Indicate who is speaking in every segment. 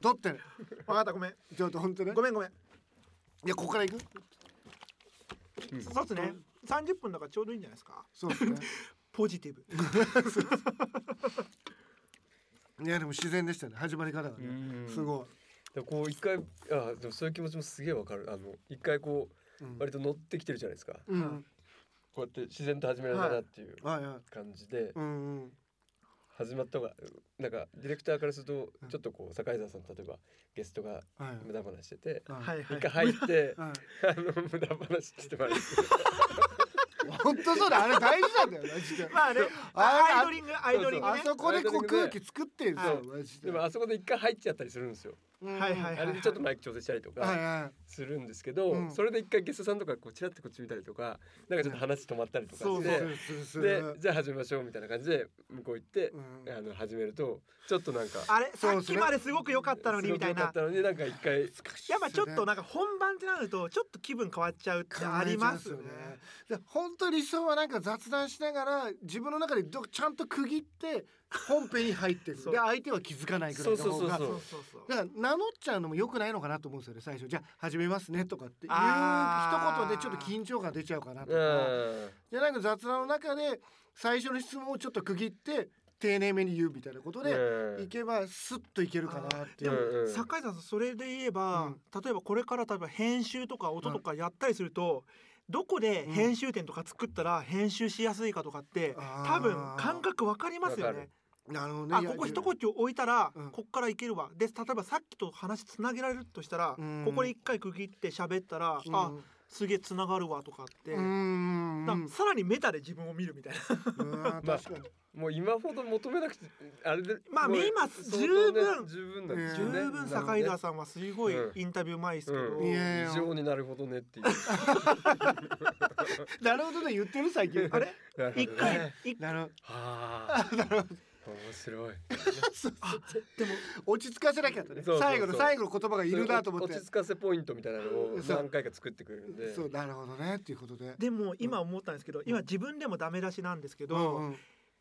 Speaker 1: 取ってね
Speaker 2: 分かったごめん
Speaker 1: ちょっと本当ね
Speaker 2: ごめんごめん
Speaker 1: いやここから行く
Speaker 2: そうですね30分だからちょうどいいんじゃないですか
Speaker 1: そうですね
Speaker 2: ポジティブ
Speaker 1: いやでも自然でしたね始まり方がねす
Speaker 3: い
Speaker 1: ご
Speaker 3: でこう一回あでもそういう気持ちもすげえわかるあの一回
Speaker 1: い、う
Speaker 3: こ
Speaker 1: ん
Speaker 3: う割と乗ってきてるじゃないですか
Speaker 1: うん
Speaker 3: こうやって自然と始められたなっていう
Speaker 1: はいはい
Speaker 3: 感じで
Speaker 1: うんうん
Speaker 3: 始まった方がなんかディレクターからすると
Speaker 1: うん
Speaker 3: ちょっとこう堺沢さん例えばゲストが
Speaker 1: はい
Speaker 3: 無駄話してて
Speaker 1: は
Speaker 2: はいいは
Speaker 3: 一
Speaker 2: い
Speaker 3: 回入って
Speaker 1: はい
Speaker 3: あの無駄話してもらう
Speaker 1: 本当そうだあれ大事なんだよマジで
Speaker 2: まあね
Speaker 1: あ
Speaker 2: アイドリングアイドリング
Speaker 1: あ
Speaker 2: ね
Speaker 1: そこでこう空気作ってるんですよ
Speaker 3: そ
Speaker 1: マジで
Speaker 3: でもあそこで一回入っちゃったりするんですよ
Speaker 1: うん
Speaker 2: はいはい
Speaker 3: あれでちょっとマイク調整したりと
Speaker 1: はい
Speaker 3: か
Speaker 1: は
Speaker 3: するんですけど
Speaker 1: うん
Speaker 3: それで一回ゲストさんとかこうチラッとこっち見たりとかなんかちょっと話止まったりとか
Speaker 2: そ
Speaker 1: い
Speaker 3: し
Speaker 2: う
Speaker 1: す
Speaker 3: て
Speaker 1: るするす
Speaker 3: で
Speaker 1: る
Speaker 3: じゃあ始めましょうみたいな感じで向こう行って
Speaker 1: うん
Speaker 3: あの始めるとちょっとなんか
Speaker 2: あれ
Speaker 1: そう
Speaker 2: さ
Speaker 1: で
Speaker 2: っ
Speaker 1: すね
Speaker 2: きまですごく良かったのにみたい
Speaker 3: すごく良か
Speaker 2: な
Speaker 3: ったのになんか一回
Speaker 2: やっぱちょっとなんか本番ってなるとちょっと気分変わっちゃうってありますよね
Speaker 1: で本当理想はなんか雑談しながら自分の中でどちゃんと区切って本編に入ってる
Speaker 2: そう
Speaker 1: で相手は気づかないくらいの方が
Speaker 3: そうそうそう
Speaker 2: そうそうそう
Speaker 1: だから名乗っちゃうのも良くないのかなと思うんですよね最初じゃあ始めますねとかっていう
Speaker 2: あ
Speaker 1: 一
Speaker 2: ー
Speaker 1: 言でちょっと緊張感出ちゃうかなと
Speaker 3: う
Speaker 1: か
Speaker 3: ん
Speaker 1: じゃあなんか雑談の中で最初の質問をちょっと区切って丁寧めに言うみたいなことで
Speaker 3: うん
Speaker 1: いけばスッといけるかなってい
Speaker 2: で
Speaker 1: う
Speaker 2: も
Speaker 3: うんうん
Speaker 2: 酒井さんそれで言えば、
Speaker 1: う
Speaker 2: 例えばこれから例えば編集とか音とかやったりすると、どこで編集点とか作ったら編集しやすいかとかって、
Speaker 1: あー
Speaker 2: 多分感覚わかりますよ
Speaker 3: わか
Speaker 2: ね
Speaker 3: る。
Speaker 1: なるほどね
Speaker 2: あ
Speaker 1: いや
Speaker 2: ここ一呼吸置いたら、
Speaker 1: うん
Speaker 2: こっからいけるわで例えばさっきと話つなげられるとしたら、
Speaker 1: うん
Speaker 2: ここで一回区切って喋ったら、
Speaker 1: うん
Speaker 2: あすげえつながるわとかって、
Speaker 1: うん
Speaker 2: なんかさらにメタで自分を見るみたいな
Speaker 1: うん確かに
Speaker 3: もう今ほど求めなくてあれで
Speaker 2: まあ
Speaker 3: もう
Speaker 2: 今
Speaker 3: 相当
Speaker 2: 十分
Speaker 3: ね十分なんです
Speaker 2: 十
Speaker 3: よね
Speaker 2: 分坂井田さんはすごいインタビューうまいですけど、
Speaker 3: うん
Speaker 1: いやいや
Speaker 3: 異常になるほどねっていう
Speaker 1: なるほどね言ってる最近
Speaker 2: あれ
Speaker 3: なるほどね
Speaker 2: 一 回一
Speaker 1: なるほど
Speaker 3: はあ面白い
Speaker 2: でも
Speaker 1: 落ち着かせなきゃとね
Speaker 3: そうそうそう
Speaker 1: 最後の最後の言葉がいるなと思って
Speaker 3: 落ち着かせポイントみたいなのを
Speaker 1: そう
Speaker 3: 何回か作ってくれるんで
Speaker 1: そうなるほどねっていうことで
Speaker 2: でも今思ったんですけど、今自分でもダメ出しなんですけ
Speaker 1: う
Speaker 2: ど
Speaker 1: んうん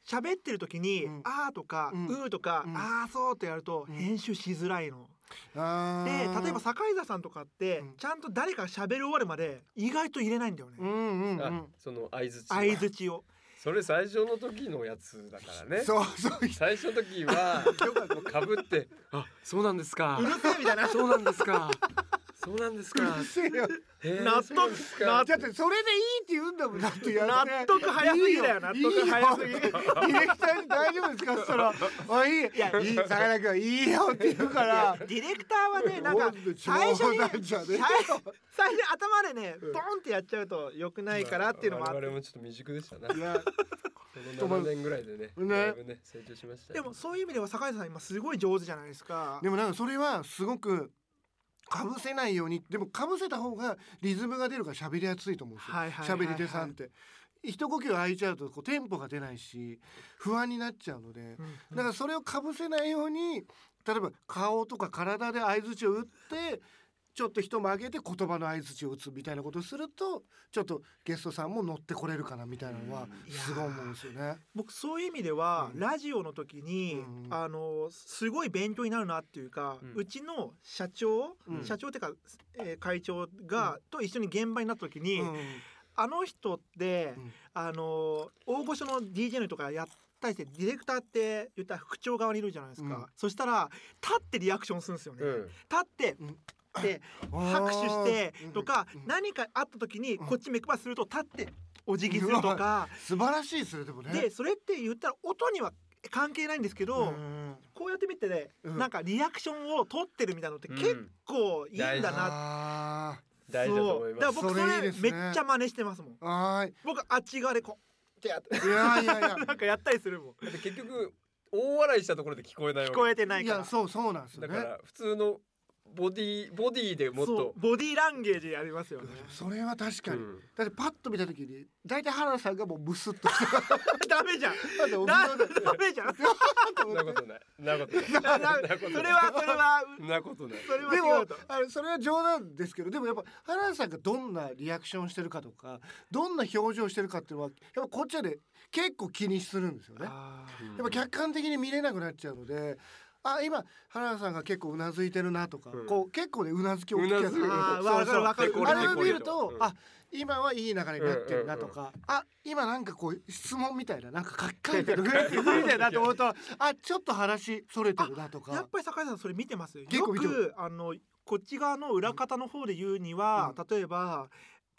Speaker 2: 喋、ってる時に「
Speaker 1: うん
Speaker 2: あー」とか「う
Speaker 1: うん
Speaker 2: ー」とか「
Speaker 1: うん
Speaker 2: あーそう」ってやると
Speaker 1: うん
Speaker 2: 編集しづらいの。
Speaker 1: あ
Speaker 2: で
Speaker 1: ー
Speaker 2: 例えば坂井田さんとかって、
Speaker 1: うん
Speaker 2: ちゃんと誰かが喋り終わるまで意外と入れないんだよ
Speaker 1: う
Speaker 2: ね
Speaker 1: んうんう
Speaker 3: あ
Speaker 1: ん
Speaker 3: その相槌
Speaker 2: 相づ ちを。
Speaker 3: それ最初の時のやつだからね
Speaker 1: そうそう
Speaker 3: 最初の時はかぶってあそうなんですか
Speaker 2: うるせえみたいな
Speaker 3: そうなんですかそうなんです
Speaker 1: うるせえよ
Speaker 3: へえ
Speaker 2: 納得
Speaker 3: そうですか
Speaker 2: 納
Speaker 1: だってそれでいいって言うんだもんだってや
Speaker 2: 納
Speaker 1: るね
Speaker 2: 得早すぎだよ納
Speaker 1: いいよ
Speaker 2: 得早すぎ
Speaker 1: いいよディレクターに大丈夫ですかって言ったら「あいい
Speaker 2: や
Speaker 1: いい坂田君いいよ」って言うから
Speaker 2: ディレクターはねなんか
Speaker 1: 本当に
Speaker 2: 最初に
Speaker 1: 冗談じゃねえ
Speaker 2: 最
Speaker 1: よ
Speaker 2: 最初頭でね
Speaker 3: うん
Speaker 2: ボンってやっちゃうと良くないからっていうのもあっ
Speaker 3: 我
Speaker 2: て
Speaker 3: 々もちょっと未熟でしたな。
Speaker 1: い
Speaker 3: こ
Speaker 1: や
Speaker 3: の7年ぐらいでね、
Speaker 1: ね
Speaker 3: だいぶね成長しました
Speaker 2: で
Speaker 3: よ。
Speaker 2: もそういう意味では坂井田さん今すごい上手じゃないですか。
Speaker 1: でもなんかそれはすごくかぶせないようにでもかぶせた方がリズムが出るから喋りやすいと思うんですよ
Speaker 2: はいはいはいはい
Speaker 1: 喋り手さんって。一呼吸空いちゃうとこうテンポが出ないし不安になっちゃうので
Speaker 2: うん
Speaker 1: だからそれをかぶせないように例えば顔とか体で相槌を打ってちょっと人曲げて言葉の相槌を打つみたいなことをするとちょっとゲストさんも乗ってこれるかなみたいなのはすごい思うんですよね。
Speaker 2: 僕そういう意味では、
Speaker 1: うん
Speaker 2: ラジオの時に、
Speaker 1: うん
Speaker 2: あのすごい勉強になるなっていうか、う
Speaker 3: うん
Speaker 2: ちの社長、
Speaker 1: うん
Speaker 2: 社長っていうか、えー会長が、と一緒に現場になった時に、
Speaker 1: うん
Speaker 2: あの人って、
Speaker 1: うん
Speaker 2: あの大御所の DJ の人がやったりしてディレクターって言ったら副長側にいるじゃないですか、
Speaker 1: うん
Speaker 2: そしたら立ってリアクションするんですよね。
Speaker 3: うん、
Speaker 2: 立って拍手して
Speaker 1: あー
Speaker 2: とか、
Speaker 1: うん
Speaker 2: 何かあった時に
Speaker 1: うん
Speaker 2: こっち目配りすると立ってお辞儀するとか。
Speaker 1: 素晴らしいですねでもね。
Speaker 2: でそれって言ったら音には関係ないんですけ
Speaker 1: う
Speaker 2: ど、
Speaker 1: ん
Speaker 2: こうやって見てね、
Speaker 1: うん
Speaker 2: なんかリアクションを取ってるみたいなのって結構いいんだな、
Speaker 1: あ
Speaker 3: 大事だと思い
Speaker 2: だか
Speaker 3: ま
Speaker 2: ら
Speaker 3: す。
Speaker 2: 僕そ
Speaker 1: それいいで
Speaker 2: れ
Speaker 1: す
Speaker 2: め
Speaker 1: ね
Speaker 2: っちゃ真似してますもん
Speaker 1: ーはーい
Speaker 2: 僕あっち側でこうってやって
Speaker 1: いやいやいや
Speaker 2: なんかやったりするもん
Speaker 3: だって結局大笑いしたところで聞こえないわ
Speaker 2: 聞
Speaker 3: け。
Speaker 2: こえてない
Speaker 1: い
Speaker 2: から
Speaker 1: やそうそうなんですよ
Speaker 3: だ
Speaker 1: ね
Speaker 3: から普通のボディボディでもっ
Speaker 2: そ
Speaker 3: と
Speaker 2: う。ボディーランゲージやりますよね
Speaker 1: それは確かに、
Speaker 3: うん
Speaker 1: だってパッと見た時に大体原田さんがもうムスッと して
Speaker 2: ダメじゃん
Speaker 1: なんでお見
Speaker 2: な
Speaker 1: 事だ
Speaker 2: ダメじゃん
Speaker 3: そんなことない。なことない。
Speaker 2: ななそれはそれは
Speaker 3: そんなことない。
Speaker 2: それは
Speaker 1: でも
Speaker 2: 違うと
Speaker 1: あのそれは冗談ですけどでもやっぱ原田さんがどんなリアクションしてるかとかどんな表情してるかっていうのはやっぱこっちはね結構気にするんですよねやっ
Speaker 2: あー
Speaker 1: ぱ客観的に見れなくなっちゃうのであ今原田さんが結構うなずいてるなとか、
Speaker 3: うん
Speaker 1: こう結構ねうなずき大きいやつ
Speaker 3: うなずい
Speaker 1: あ
Speaker 2: あーわかるわかる
Speaker 3: そうそう
Speaker 1: あれを見る
Speaker 3: ペコリ
Speaker 1: と、
Speaker 3: ペコリ
Speaker 1: あ今はいい流れになってるなとか、あ今なんかこう質問みたいななんか書いてる雰囲気だ なと思うとあちょっと話それてるなと
Speaker 2: や
Speaker 1: か
Speaker 2: っぱり酒井さんそれ見てますよ
Speaker 1: 結構見てる
Speaker 2: くあのこっち側の裏方の方で言うには、例えば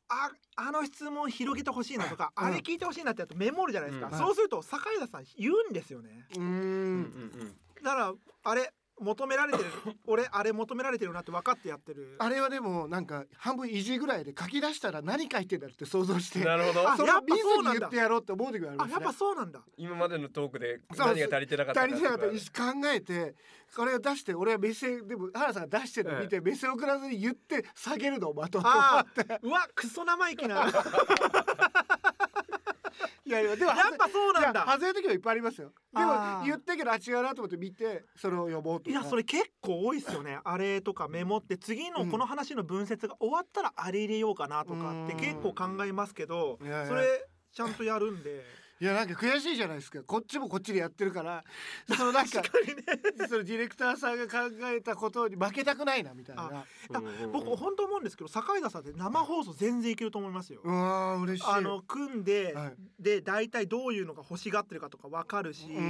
Speaker 2: ああの質問広げてほしいなとか、
Speaker 1: うん
Speaker 2: あれ聞いてほしいなってやつメモるじゃないですか、
Speaker 3: うん
Speaker 2: そうすると酒井田さん言うんですよね
Speaker 1: うー
Speaker 3: うんんうん
Speaker 2: だからあれ求められてる俺あれ求められてるなって分かってやってる
Speaker 1: あれはでもなんか半分意地ぐらいで書き出したら何書いてんだろうって想像し
Speaker 3: う
Speaker 1: て
Speaker 3: ん。なるほど
Speaker 2: あ。
Speaker 1: それ
Speaker 2: や
Speaker 1: を
Speaker 2: っ
Speaker 1: 見
Speaker 2: ぱそう
Speaker 1: ず
Speaker 2: なんだ
Speaker 1: に言ってやろうって思う時がありま
Speaker 2: あ
Speaker 1: すね
Speaker 2: やっぱそ うなんだ
Speaker 3: 今までのトークで
Speaker 1: そう
Speaker 3: 何が足りてなかった
Speaker 1: 足りてなかった
Speaker 3: と
Speaker 1: 一考えてこれを出して俺は目線でも原さんが出してるの見て目線送らずに言って下げるのをまとも
Speaker 2: あーうわクソ生 意気なやっ
Speaker 1: いやいやでも
Speaker 2: ぱそうなんだ
Speaker 1: 外れる時もいっぱいありますよで
Speaker 2: あ
Speaker 1: も
Speaker 2: ー
Speaker 1: 言ったけどあ違うなと思って見てそれを呼ぼうと
Speaker 2: いやそ
Speaker 1: れ
Speaker 2: れ結構多いっすよねあれとかメモって次のこの話の分節が終わったらあれ入れようかなとかって結構考えますけど
Speaker 1: うんいやいや
Speaker 2: それちゃんとやるんで
Speaker 1: いやなんか悔しいじゃないですかこっちもこっちでやってる からそのなんかそのディレクターさんが考えたことに負けたくないなみたいな
Speaker 2: 僕本当思うんですけど坂井田さんって生放送全然いけると思いますよ
Speaker 1: う。わー嬉しい
Speaker 2: あの組んで、
Speaker 1: はい
Speaker 2: で大体どういうのが欲しがってるかとか分かるし、
Speaker 1: うー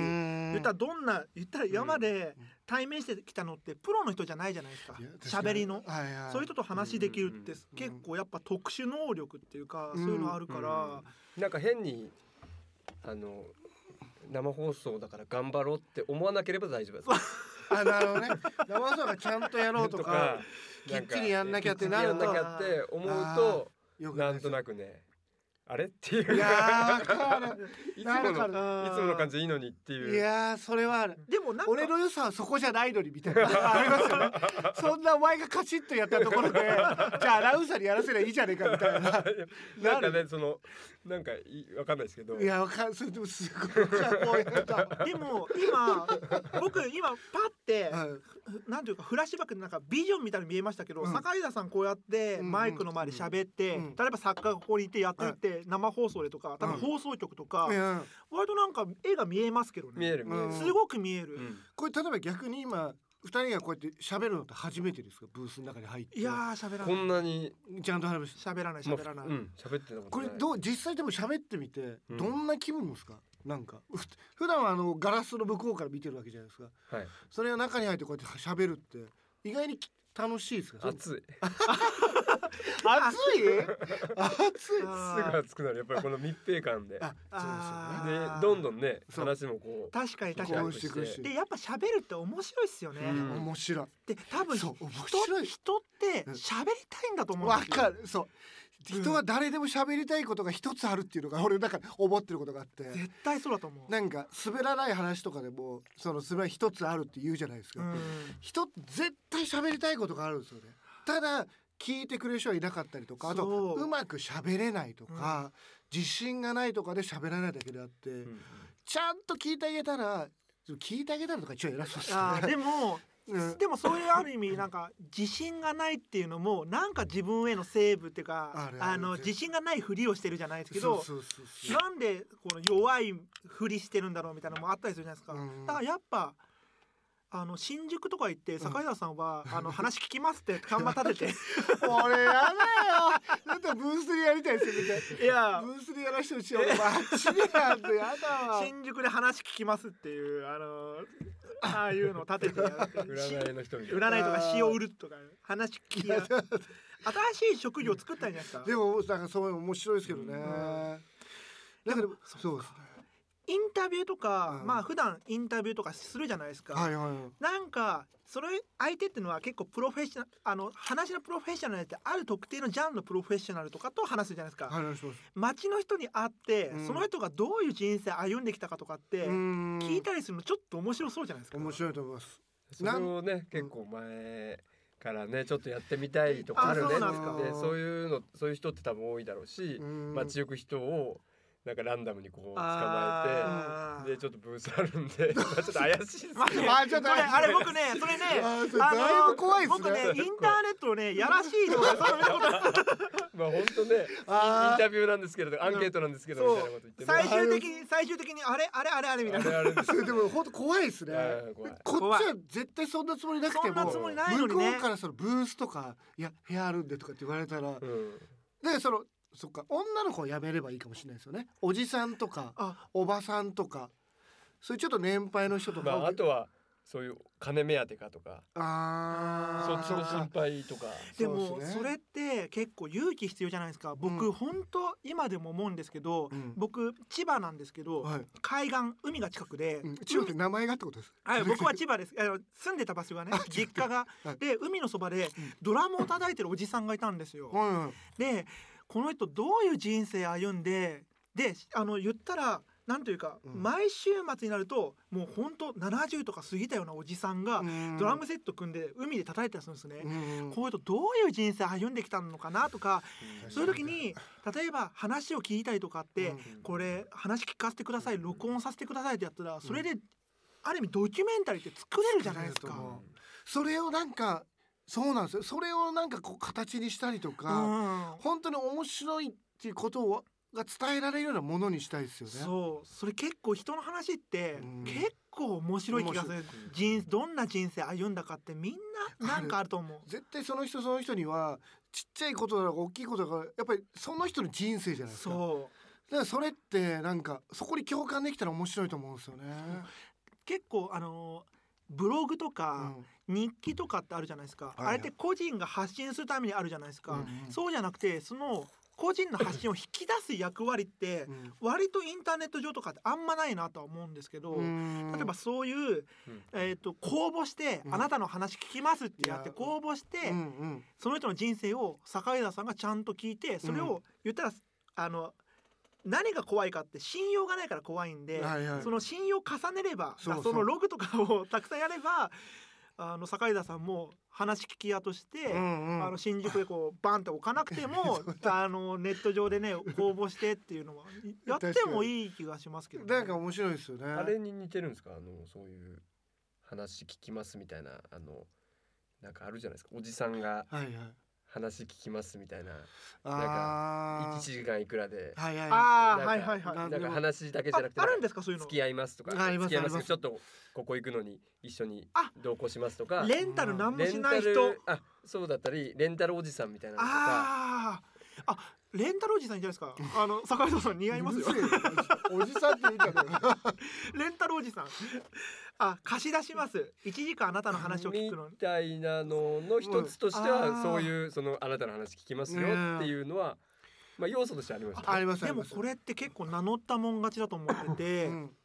Speaker 1: ん
Speaker 2: 言ったらどんな言ったら山で
Speaker 1: うん
Speaker 2: 対面してきたのってプロの人じゃないじゃないですか
Speaker 1: いや確かに
Speaker 2: 喋りの、
Speaker 1: はいはい
Speaker 2: そういう人と話できるって
Speaker 3: うん
Speaker 1: うん
Speaker 2: 結構やっぱ特殊能力っていうか、
Speaker 1: うん
Speaker 2: そういうのあるから、
Speaker 3: なんか変にあの生放送だから頑張ろうって思わなければ大丈夫です。
Speaker 1: あなるほどね生放送がちゃんとやろうとか
Speaker 3: とか
Speaker 1: きっちりやんなきゃってなると
Speaker 3: きっちりやんなきゃって思う
Speaker 1: よ
Speaker 3: と
Speaker 1: くな
Speaker 3: ないん
Speaker 1: です
Speaker 3: と
Speaker 1: よ
Speaker 3: なくねあれっていう
Speaker 1: いや
Speaker 3: か
Speaker 1: ーわかる
Speaker 3: いつ
Speaker 1: な
Speaker 3: も
Speaker 1: るか
Speaker 3: の
Speaker 1: ら
Speaker 3: いつもの感じでいいのにって いう。
Speaker 1: いやーそれはある
Speaker 2: でもなんか
Speaker 1: 俺の良さはそこじゃないのにみたいなのがありますよ ねそんなお前がカチッとやったところでじゃあアナウンサーにやらせりゃいいじゃねえかみたいな
Speaker 3: なん
Speaker 1: な
Speaker 3: か
Speaker 1: る
Speaker 3: ねそのなんかいわかんないですけど。
Speaker 1: いやわかんそれでもす ごいこうやった
Speaker 2: でも今僕今パって、
Speaker 1: うん
Speaker 2: なんていうかフラッシュバックでなんかビジョンみたいに見えましたけど、
Speaker 1: うん
Speaker 2: 坂井田さんこうやって
Speaker 1: うんうん
Speaker 2: マイクの前で喋って、
Speaker 1: うん
Speaker 2: 例えば作家がここにいてやってって生放送でとか多分
Speaker 1: うん
Speaker 2: 放送局とか、
Speaker 1: うん
Speaker 2: 割となんか絵が見えますけどね
Speaker 3: 見える見える。
Speaker 2: すごく見える、
Speaker 3: うん
Speaker 1: これ例えば逆に今二人がこうやって喋るのって初めてですかブースの中に入って
Speaker 2: いやー喋ら
Speaker 3: こ
Speaker 2: ない
Speaker 3: んなに
Speaker 1: ちゃんと話して
Speaker 2: 喋らない
Speaker 3: もう
Speaker 2: 喋らない、
Speaker 3: うん喋ってたこと
Speaker 1: こ
Speaker 3: な
Speaker 1: れ
Speaker 3: い。
Speaker 1: どう実際でも喋ってみて
Speaker 3: うん
Speaker 1: どんな気分ですか、なんかふ普段はあのガラスの向こうから見てるわけじゃないですか
Speaker 3: はい。
Speaker 1: それが中に入ってこうやって喋るって意外にき楽しいですか
Speaker 3: 暑い。
Speaker 1: 暑い暑い
Speaker 2: あ
Speaker 3: す
Speaker 2: ー
Speaker 3: ぐ暑くなるやっぱりこの密閉感で。で
Speaker 1: あ
Speaker 2: あー
Speaker 3: どんどんね
Speaker 1: そう
Speaker 3: 話もこう。
Speaker 2: 確かに確
Speaker 1: こ
Speaker 2: か
Speaker 1: う
Speaker 2: に
Speaker 1: してこうして
Speaker 2: でやっぱ喋るって面白いっすよね、
Speaker 3: う
Speaker 1: そうですよね
Speaker 3: ん
Speaker 1: 面白い
Speaker 2: で多分
Speaker 1: そ
Speaker 2: 人
Speaker 1: う面白い
Speaker 2: 人って
Speaker 1: うん
Speaker 2: 喋りたいんだと思うん
Speaker 1: わ
Speaker 2: ですよ
Speaker 1: かるそう人は誰でも喋りたいことが一つあるっていうのが俺だから思ってることがあって
Speaker 2: 絶対そうだと思う
Speaker 1: なんか滑らない話とかでもその滑らない一つあるって言うじゃないですか、
Speaker 2: うん
Speaker 1: 人って絶対喋りたいことがあるんですよねただ聞いてくれる人はいなかったりとかあと
Speaker 2: そう
Speaker 1: うまく喋れないとか、自信がないとかで喋らないだけであって、
Speaker 3: うん
Speaker 1: ちゃんと聞いてあげたら聞いてあげたらとかちょっと偉そうです
Speaker 2: あー
Speaker 1: ね。
Speaker 2: でも
Speaker 1: うん
Speaker 2: でもそういうある意味なんか自信がないっていうのもなんか自分へのセーブっていうか
Speaker 1: あるある
Speaker 2: あの自信がないふりをしてるじゃないですけ
Speaker 1: そ
Speaker 2: ど
Speaker 1: うそうそうそう
Speaker 2: なんでこの弱いふりしてるんだろうみたいなのもあったりするじゃないですか、
Speaker 1: うん
Speaker 2: だからやっぱあの新宿とか行って坂井田さんは、あの 話聞きますって看板立て
Speaker 1: 俺やだよだってブースでやりたいですよみたい
Speaker 2: ていや
Speaker 1: なブースでやらしてほしい俺マジでやんのやだわ
Speaker 2: 新宿で話聞きますっていうあ のああいうのを立ててやるっていう
Speaker 3: 占いの人みたいな。
Speaker 2: 占いとか詩を売るとか話聞きや新しい職業作ったんじゃないですか
Speaker 1: でもなんかそう面白いですけどね、
Speaker 3: うん
Speaker 1: だけどそうです
Speaker 2: インタビューとか、
Speaker 1: うん
Speaker 2: まあ普段インタビューとかするじゃないですか、
Speaker 1: はいはいはい
Speaker 2: なんかそれ相手っていうのは結構プロフェッショナルあの話のプロフェッショナルってある特定のジャンルのプロフェッショナルとかと話すじゃないですか、
Speaker 1: 話します
Speaker 2: 街の人に会って、
Speaker 1: うん
Speaker 2: その人がどういう人生歩んできたかとかって、
Speaker 1: 聞
Speaker 2: 聞いたりするのちょっと面白そうじゃないですか
Speaker 1: 面白いと思います
Speaker 3: それをね結構前からねちょっとやってみたいとかあるね
Speaker 2: あ
Speaker 3: っ
Speaker 2: そう
Speaker 3: て
Speaker 2: なん
Speaker 3: 言
Speaker 2: すか
Speaker 3: ってそういうのそういう人って多分多いだろうし、
Speaker 1: うん
Speaker 3: 街行く人をなんかランダムにこう捕ま
Speaker 2: あ
Speaker 3: え
Speaker 2: ー
Speaker 3: てでちょっとブースあるんでまあちょっと怪しいですね
Speaker 2: 待って
Speaker 1: あちょっと
Speaker 2: これあれ僕ねそれね
Speaker 1: あーそれ
Speaker 2: あ
Speaker 1: だいぶ怖いっすね
Speaker 2: 僕ねインターネットのねやらしい動画そういうこと
Speaker 3: まあ本当ねイ
Speaker 1: あ
Speaker 3: ンタビューなんですけれどアンケートなんですけどみたいなこと言ってね
Speaker 2: 最終的に最終的にあれあれあれあれみたいな
Speaker 3: あれあれです
Speaker 1: あでも本当怖いですね
Speaker 3: はい怖い
Speaker 1: こっちは絶対そんなつもりなくて
Speaker 2: そんな
Speaker 1: も
Speaker 2: つもりない
Speaker 1: 向
Speaker 2: のに
Speaker 1: こ
Speaker 2: ね
Speaker 1: うからそのブースとか「いや部屋あるんで」とかって言われたら
Speaker 3: うん
Speaker 1: でそのそっか女の子をやめればいいかもしれないですよねおじさんとか
Speaker 2: あ
Speaker 1: おばさんとかそういうちょっと年配の人とか
Speaker 3: ま
Speaker 1: を、
Speaker 3: ああとはそういう金目当てかとか
Speaker 1: あ
Speaker 3: そ
Speaker 1: ー
Speaker 3: っちの心配とか
Speaker 2: で
Speaker 1: そう
Speaker 2: も
Speaker 1: ですね
Speaker 2: それって結構勇気必要じゃないですか
Speaker 1: う
Speaker 2: 僕
Speaker 1: ん
Speaker 2: 本当今でも思うんですけど
Speaker 1: うん
Speaker 2: 僕千葉なんですけど
Speaker 1: はい
Speaker 2: 海岸海が近くで
Speaker 1: うん中学名前がってことです
Speaker 2: はい、僕は千葉ですあの住んでた場所がね実家が、
Speaker 1: はい
Speaker 2: で海のそばでドラムを叩いてるおじさんがいたんですよ。
Speaker 1: はいはい
Speaker 2: でこの人どういう人生歩んでであの言ったらなんというか、
Speaker 1: うん
Speaker 2: 毎週末になるともうほんと70とか過ぎたようなおじさんが
Speaker 1: うん
Speaker 2: ドラムセット組んで海で叩いてたりするんですね。
Speaker 1: うん
Speaker 2: こういう人どういう人生歩んできたのかなとか
Speaker 1: ん
Speaker 2: そういう時に例えば話を聞いたりとかって、
Speaker 3: うん
Speaker 2: これ話聞かせてください録音させてくださいってやったらそれである意味ドキュメンタリーって作れるじゃないです
Speaker 1: 作れると
Speaker 2: か
Speaker 1: 思。それをなんかそうなんですよそれをなんかこう形にしたりと
Speaker 2: う
Speaker 1: か、
Speaker 2: ん、
Speaker 1: 本当に面白いっていうことをが伝えられるようなものにしたいですよね。
Speaker 2: そうそれ結構人の話って
Speaker 1: うん
Speaker 2: 結構面白い気がする人どんな人生歩んだかってみんななんかあると思う。
Speaker 1: 絶対その人その人にはちっちゃいことだろうが大きいことだからやっぱりその人の人生じゃないですかだ
Speaker 2: そう
Speaker 1: からそれってなんかそこに共感できたら面白いと思うんですよね。
Speaker 2: 結構あのブログと
Speaker 1: う
Speaker 2: か
Speaker 1: ん
Speaker 2: 日記とかってあるじゃないですか、
Speaker 1: いはい
Speaker 2: あれって個人が発信するためにあるじゃないですか、
Speaker 1: うんうん
Speaker 2: そうじゃなくてその個人の発信を引き出す役割って
Speaker 1: うん
Speaker 2: 割とインターネット上とかってあんまないなとは思うんですけど、
Speaker 1: うん
Speaker 2: 例えばそういう、
Speaker 3: うん
Speaker 2: えー、と公募して、
Speaker 1: うん
Speaker 2: あなたの話聞きます」ってやって
Speaker 1: いや
Speaker 2: 公募して、
Speaker 1: うんうん
Speaker 2: その人の人生を坂井田さんがちゃんと聞いてそれを言ったら、あの何が怖いかって信用がないから怖いんで、
Speaker 1: はいはい
Speaker 2: その信用を重ねれば
Speaker 1: そうそう
Speaker 2: そのログとかをたくさんやればあの坂井田さんも話聞き屋として。
Speaker 1: うんうん
Speaker 2: あの新宿でこうバンって置かなく てもあのネット上でね公募してっていうのはやってもいい気がしますけどね、
Speaker 1: なんか面白いですよね。
Speaker 3: あれに似てるんですかあのそういう話聞きますみたいなあのなんかあるじゃないですかおじさんが
Speaker 1: はいはい。
Speaker 3: 話聞きますみたいな
Speaker 1: あ
Speaker 3: 1
Speaker 1: ー
Speaker 3: 時間いくらで
Speaker 1: はいはい。
Speaker 2: あ
Speaker 3: な
Speaker 2: あ
Speaker 3: んか
Speaker 2: はいはいはい
Speaker 1: な
Speaker 3: なん
Speaker 1: で
Speaker 3: ん
Speaker 1: も
Speaker 3: か話だけじゃなくて
Speaker 2: ああるんですかそういうの
Speaker 3: 付き合いますとか
Speaker 1: あります
Speaker 3: 付き合いま
Speaker 1: あり
Speaker 3: すけ
Speaker 1: ま
Speaker 3: ど
Speaker 1: す
Speaker 3: ちょっとここ行くのに一緒に
Speaker 2: あ
Speaker 3: 同行しますとか
Speaker 2: レンタル何も
Speaker 3: レ
Speaker 2: し
Speaker 3: ン
Speaker 2: ない
Speaker 3: タ
Speaker 2: 人
Speaker 3: ルあそうだったりレンタルおじさんみたいなのとか
Speaker 2: あああレンタルおじさんいいじゃない ですかあの坂井戸さん似合いますよ
Speaker 1: うるせえよおじさんって言うから。
Speaker 2: レンタルおじさんあ貸し出します1時間あなたの話を聞
Speaker 3: み
Speaker 2: くのに
Speaker 3: たいなのの一つとして
Speaker 2: うんあ
Speaker 3: は
Speaker 2: ー
Speaker 3: そういうそのあなたの話聞きますよっていうのはまあ要素としてありましたね
Speaker 1: ありますあ
Speaker 2: で
Speaker 1: り
Speaker 2: も
Speaker 1: ます。
Speaker 2: これって結構名乗ったもん勝ちだと思ってて、
Speaker 1: うん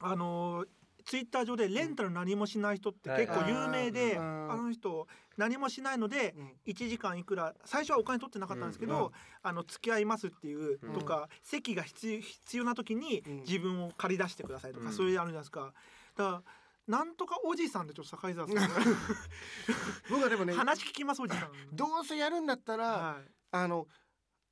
Speaker 2: あのツイッター上でレンタル何もしない人って結構有名で、
Speaker 1: うん
Speaker 2: あの人何もしないので
Speaker 1: うん
Speaker 2: 1時間いくら最初はお金取ってなかったんですけど、
Speaker 1: うんうん
Speaker 2: あの付き合いますっていう
Speaker 3: うん
Speaker 2: とか、席が必要必要な時に
Speaker 1: うん
Speaker 2: 自分を借り出してくださいとか、
Speaker 3: うん
Speaker 2: そういうのあるじゃないですか。だからなんとかおじさんでちょっと坂井沢さん
Speaker 1: 僕はでもね、
Speaker 2: 話聞きますおじさん。
Speaker 1: どうせやるんだったら、
Speaker 2: はい
Speaker 1: あの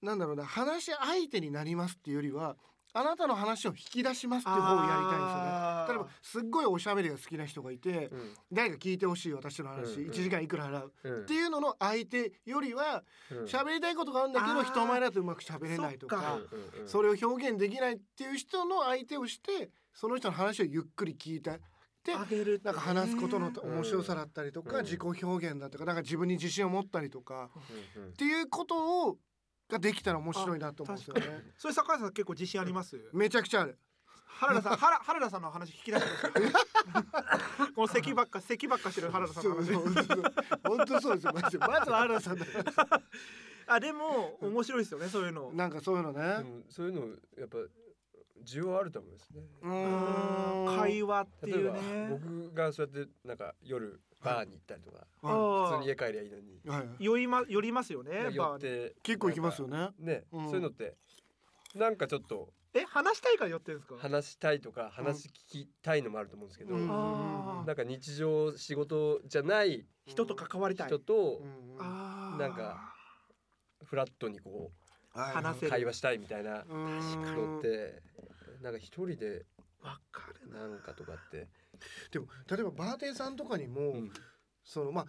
Speaker 1: なんだろうな話し相手になりますっていうよりはあなたの話を引き出しますっていう方をやりたいんですよね。
Speaker 2: あー
Speaker 1: 例えばすっごいおしゃべりが好きな人がいて
Speaker 3: うん
Speaker 1: 誰か聞いてほしい私の話、
Speaker 3: うんう
Speaker 1: 1
Speaker 3: ん
Speaker 1: 時間いくら払う
Speaker 3: うん
Speaker 1: っていうのの相手よりは
Speaker 3: うん
Speaker 1: 喋りたいことがあるんだけ
Speaker 2: あ
Speaker 1: ど
Speaker 2: ー
Speaker 1: 人前だとうまく喋れないと
Speaker 2: そっ
Speaker 1: か
Speaker 2: か
Speaker 3: うんうんうん
Speaker 1: それを表現できないっていう人の相手をしてその人の話をゆっくり聞いてで
Speaker 2: あげる
Speaker 1: なんか話すことの面白さだったりと
Speaker 3: う
Speaker 1: か
Speaker 3: ん
Speaker 1: 自己表現だとかなんか自分に自信を持ったりとか
Speaker 3: うんうん
Speaker 1: っていうことをができたら面白いなと思うんですよね。
Speaker 2: それ坂井さん結構自信あります
Speaker 1: めちゃくちゃある。
Speaker 2: 原田さん原原田さんの話聞き出してくださ いこの咳ばっか咳ばっかしてる原田さん
Speaker 1: そ
Speaker 2: の
Speaker 1: う
Speaker 2: 話
Speaker 1: そうそう本当そうですよ。マジでまずはアラさんだか
Speaker 2: あでも面白いですよねそういうの
Speaker 1: ら。なんかそういうの
Speaker 3: で
Speaker 1: ね。
Speaker 3: もそういうのやっぱ需要あると思いますね。
Speaker 1: う
Speaker 2: う
Speaker 1: ーん
Speaker 2: ん会話って
Speaker 3: 例
Speaker 2: い
Speaker 3: え
Speaker 2: う
Speaker 3: ば、
Speaker 2: ね
Speaker 3: 僕がそうやってなんか夜バーに行ったりとか、
Speaker 1: は
Speaker 2: あ
Speaker 3: 普通に家帰りゃいいのに、
Speaker 1: いはい。
Speaker 2: ー酔いま寄りますよね
Speaker 3: ね、寄
Speaker 2: バ
Speaker 3: っ
Speaker 2: ーに
Speaker 3: て
Speaker 1: 結構行きますよ
Speaker 3: ね。
Speaker 1: ね。
Speaker 3: ね、
Speaker 1: うん
Speaker 3: そういうのってなんかちょっと
Speaker 2: え話したいから寄ってるんですか
Speaker 3: 話したいとか話聞きたいのもあると思うんですけど、
Speaker 1: うん
Speaker 2: あー
Speaker 3: なんか日常仕事じゃない
Speaker 2: 人と関わりたい
Speaker 3: 人と
Speaker 1: うんうん
Speaker 2: あー
Speaker 3: なんかフラットにこう
Speaker 1: はい
Speaker 2: 話せる
Speaker 3: 会話したいみたいな
Speaker 1: うーん
Speaker 3: のってなんか一人で
Speaker 2: わかるな
Speaker 3: なんかとかって、
Speaker 1: でも例えばバーテンさんとかにも、
Speaker 3: うん
Speaker 1: そのまあ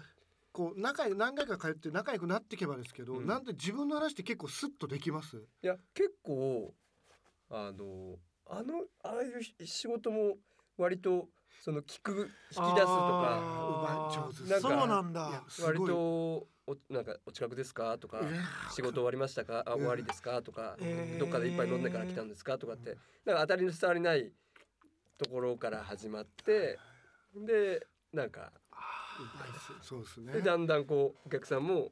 Speaker 1: こう仲い何回か通って仲良くなっていけばですけど、
Speaker 3: うん
Speaker 1: なんて自分の話って結構スッとできます
Speaker 3: いや結構あのあのああいうし仕事も割とその聞く引き出すとか
Speaker 2: あー
Speaker 1: うまい上手
Speaker 3: なんか
Speaker 2: そうなん
Speaker 1: いや
Speaker 2: だ
Speaker 1: すごい
Speaker 3: 割とおなんかお近くですかとか
Speaker 1: うわー
Speaker 3: 仕事終わりましたかあ
Speaker 1: うん
Speaker 3: 終わりですかとか
Speaker 2: えー
Speaker 3: どっかで一杯飲んでから来たんですかとかってなんか当たりの伝わりないところから始まってでなんか
Speaker 1: うまいですそうですね
Speaker 3: でだんだんこうお客さんも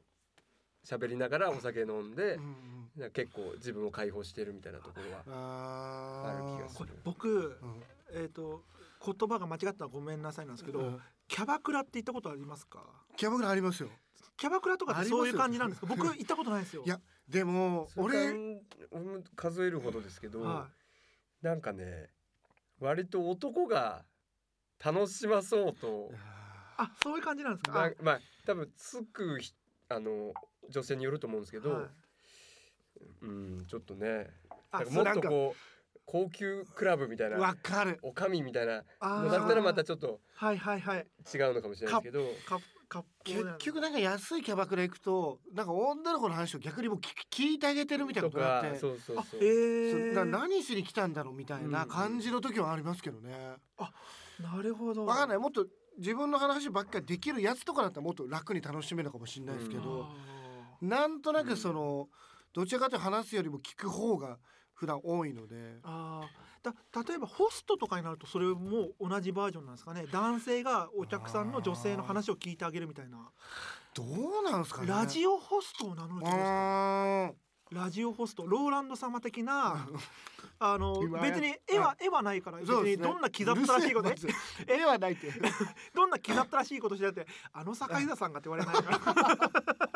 Speaker 3: 喋りながらお酒飲んで
Speaker 1: うんうん
Speaker 3: なんか結構自分を解放してるみたいなところは
Speaker 1: あー
Speaker 3: ある気がす
Speaker 2: こ
Speaker 3: る
Speaker 2: れ僕
Speaker 1: うん
Speaker 2: えっと言葉が間違ったらごめんなさいなんですけ
Speaker 1: う
Speaker 2: ど
Speaker 1: ん
Speaker 2: キャバクラって行ったことありますか
Speaker 1: キャバクラありますよ
Speaker 2: キャバクラとかってそういう
Speaker 1: あ
Speaker 2: 感
Speaker 1: り
Speaker 2: じ
Speaker 1: ま
Speaker 2: な
Speaker 1: すよ
Speaker 2: んですか僕行ったことないですよ
Speaker 1: いやでも
Speaker 3: それ
Speaker 1: 俺
Speaker 3: か俺も数えるほどですけど、
Speaker 2: は
Speaker 3: なんかね割と男が楽しまそうと
Speaker 2: いあそういう感じなんですか
Speaker 3: なまあ多分つくひあの女性によると思うんですけど、
Speaker 2: はい
Speaker 3: うんちょっとね
Speaker 2: あ
Speaker 3: なんか
Speaker 2: そう
Speaker 3: もっ
Speaker 1: なん
Speaker 3: と
Speaker 1: か
Speaker 3: こう高級クラブみたい
Speaker 1: わ
Speaker 3: な
Speaker 1: かる
Speaker 3: おかみみたいな
Speaker 2: あ
Speaker 3: の
Speaker 2: ー
Speaker 3: だったらまたちょっと
Speaker 2: はいはいはい
Speaker 3: 違うのかもしれないですけど
Speaker 2: かか
Speaker 1: 結局なんか安いキャバクラ行くとなんか女の子の話を逆にもう聞き聞いてあげてるみたいな
Speaker 3: と
Speaker 1: ことになっ
Speaker 3: か
Speaker 1: て
Speaker 3: そうそう
Speaker 2: あ
Speaker 3: そう、
Speaker 2: え
Speaker 1: そ
Speaker 2: ー、
Speaker 1: な何しに来たんだろうみたいな感じの時はありますけどね。
Speaker 2: なるほど
Speaker 1: わかんないもっと自分の話ばっかりできるやつとかだったらもっと楽に楽しめるのかもしれないですけど、
Speaker 2: あ
Speaker 1: なんとなくその、どちらかというと話すよりも聞く方が普段多いので
Speaker 2: ーあーだ例えばホストとかになるとそれも同じバージョンなんですかね男性がお客さんの女性の話を聞いてあげるみたいな
Speaker 1: どうなんですかね。
Speaker 2: ラジオホストを名乗るっ
Speaker 1: う
Speaker 2: てことですか
Speaker 1: ーん
Speaker 2: ラジオホストローランド様的 なあの
Speaker 1: 今
Speaker 2: 別に絵は絵はないから別にどんな刻ったらしいこと
Speaker 1: う
Speaker 2: ね
Speaker 1: るせえまず絵はないって
Speaker 2: どんな刻ったらしいことしてだってあの坂井田さんがって言われない から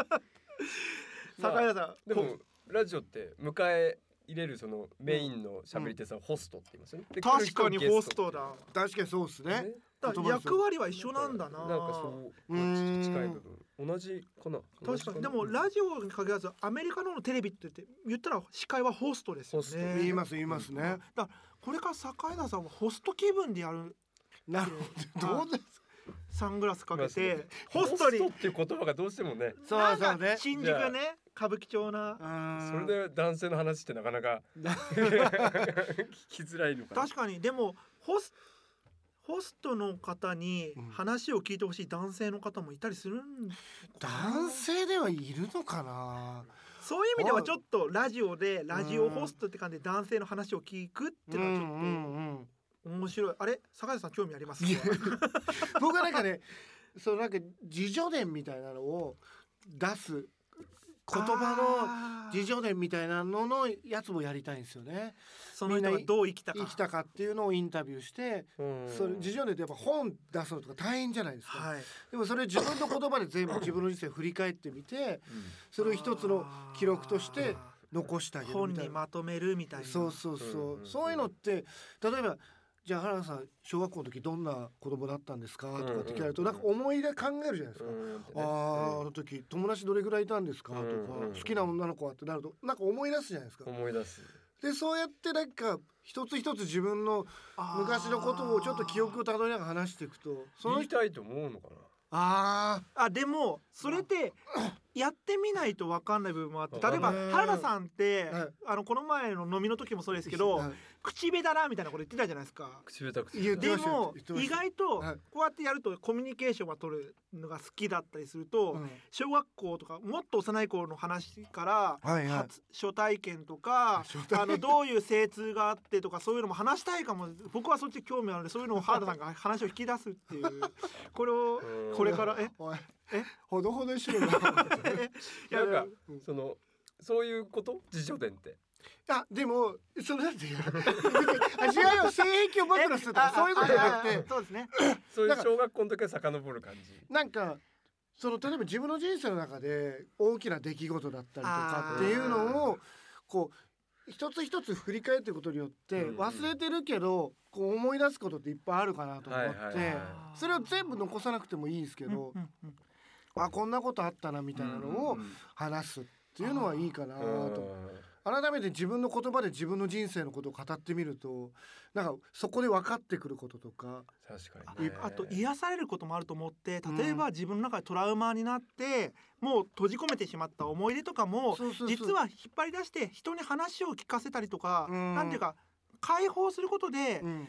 Speaker 2: 坂井田さん、
Speaker 3: で
Speaker 2: こ
Speaker 3: もラジオって迎え入れるそのメインのしゃべり手さん、ホストって言いますよね。で
Speaker 2: 確かに
Speaker 3: 来る人
Speaker 2: ホ
Speaker 3: を
Speaker 2: ス
Speaker 3: ゲ
Speaker 2: トだ
Speaker 1: 確かにそうですね
Speaker 3: ね
Speaker 2: だ
Speaker 1: 言葉
Speaker 2: から
Speaker 1: ですよ
Speaker 2: 役割は一緒なんだな
Speaker 3: なんかそう、
Speaker 1: うーん
Speaker 3: 近い部分同じかな。同じ
Speaker 2: 確かにでもラジオに限らずアメリカのテレビって言って言ったら司会はホストですよ
Speaker 3: ホスト
Speaker 2: ね
Speaker 1: 言います言いますね。
Speaker 2: これから坂井田さんはホスト気分でやる
Speaker 1: なるほどどうです
Speaker 2: サングラスかけ
Speaker 3: まあ
Speaker 2: てホストに
Speaker 3: っていう言葉がどうしてもね、
Speaker 1: そう
Speaker 2: なん
Speaker 1: そ
Speaker 2: か
Speaker 1: うね。
Speaker 2: 新宿ね歌舞伎町な
Speaker 1: そ
Speaker 3: それで男性の話ってなかなか聞きづらいのかな。
Speaker 2: 確かにでもホスホストの方に話を聞いてほしい男性の方もいたりするんだ
Speaker 1: 男性ではいるのかな。
Speaker 2: そういう意味ではちょっとラジオでラジオホストって感じで男性の話を聞くっていうのはちょっと、
Speaker 1: うん
Speaker 2: 面白いあれ坂井さん興味あります
Speaker 1: いや 僕はなんかね、そのなんか自助伝みたいなのを出す言葉の自
Speaker 2: 情
Speaker 1: 助伝みたいなののやつもやりたいんですよね。
Speaker 2: その人がどう生きたか
Speaker 1: 生きたかっていうのをインタビューして、
Speaker 3: うん
Speaker 1: それ自助伝ってやっぱ本出すのとか大変じゃないですか。
Speaker 2: はい
Speaker 1: でもそれを自分の言葉で全部自分の人生振り返ってみて、それを一つの記録として残してあげる
Speaker 2: 本
Speaker 1: みたい
Speaker 2: に
Speaker 1: な。
Speaker 2: まとめるみたいな
Speaker 1: そうそうそう、
Speaker 3: うんうんうん
Speaker 1: そういうのって例えばじゃあ原田さん小学校の時どんな子供だったんですかとかって聞かれると、
Speaker 3: うんうん
Speaker 1: なんか思い出考えるじゃないです
Speaker 3: う
Speaker 1: か。あ
Speaker 3: んってね
Speaker 1: ーあの時友達どれぐらいいたんですかとか、
Speaker 3: うんうんうん
Speaker 1: 好きな女の子はってなるとなんか思い出すじゃないですか
Speaker 3: うん。思い出す。
Speaker 1: でそうやってなんか一つ一つ自分の昔のことをちょっと記憶を
Speaker 2: を
Speaker 1: たどりながら話していくとその
Speaker 3: 言い
Speaker 1: 人
Speaker 3: たいと思うのか
Speaker 1: あ
Speaker 2: あでもそれ ってやってみないと分かんない部分もあって例え
Speaker 1: わか
Speaker 2: ば
Speaker 1: んない
Speaker 2: 原田さんって、
Speaker 1: はい
Speaker 2: あのこの前の飲みの時もそうです
Speaker 1: ー
Speaker 2: けど
Speaker 1: はい
Speaker 2: 口下手だなみたいなこと言ってたじゃないですか
Speaker 3: な。口下手く
Speaker 1: 言って
Speaker 2: で
Speaker 1: ましたよ
Speaker 2: も
Speaker 1: 言ってまし
Speaker 2: 意
Speaker 1: た
Speaker 2: 外と
Speaker 1: はい
Speaker 2: こうやってやるとコミュニケーションが取るのが好きだったりすると、
Speaker 1: うん
Speaker 2: 小学校とかもっと幼い頃の話から
Speaker 1: はいはい
Speaker 2: 初初体験とか
Speaker 1: 初体験
Speaker 2: あのどういう精通があってとかそういうのも話したいかも僕はそっち興味あるのでそういうのを原田さんが話を引き出すって いうこれを
Speaker 3: うん
Speaker 2: これからえ
Speaker 1: おい
Speaker 2: え
Speaker 1: ほどほどにしろよい
Speaker 2: や
Speaker 3: なんか
Speaker 1: うん
Speaker 3: そのそういうこと自助伝って。
Speaker 1: あでもそれだっていや あ違うよ性癖を暴露するとかそういうことじゃなくて
Speaker 2: てそうですね
Speaker 3: そうい
Speaker 1: だ
Speaker 3: う
Speaker 1: から
Speaker 3: 小学校の時から遡る感じ。
Speaker 1: なんかその例えば自分の人生の中で大きな出来事だったりとかっていうのをこう一つ一つ振り返っていくことによって
Speaker 3: うんうん
Speaker 1: 忘れてるけどこう思い出すことっていっぱいあるかなと思って
Speaker 3: はいはいはい
Speaker 1: それを全部残さなくてもいいんですけ
Speaker 2: うんう
Speaker 1: ど
Speaker 2: んうん
Speaker 1: あこんなことあったなみたいなのを
Speaker 3: うんうんうん
Speaker 1: 話すっっていうのはいいかなと思う改めて自分の言葉で自分の人生のことを語ってみるとなんかそこで分かってくることとか
Speaker 3: 確か
Speaker 2: あ
Speaker 3: にね
Speaker 2: あと癒されることもあると思って例えば自分の中でトラウマになって、もう閉じ込めてしまった思い出とかも
Speaker 1: そうそうそう
Speaker 2: 実は引っ張り出して人に話を聞かせたりとか、
Speaker 1: うん
Speaker 2: なんていうか解放することで、
Speaker 1: うん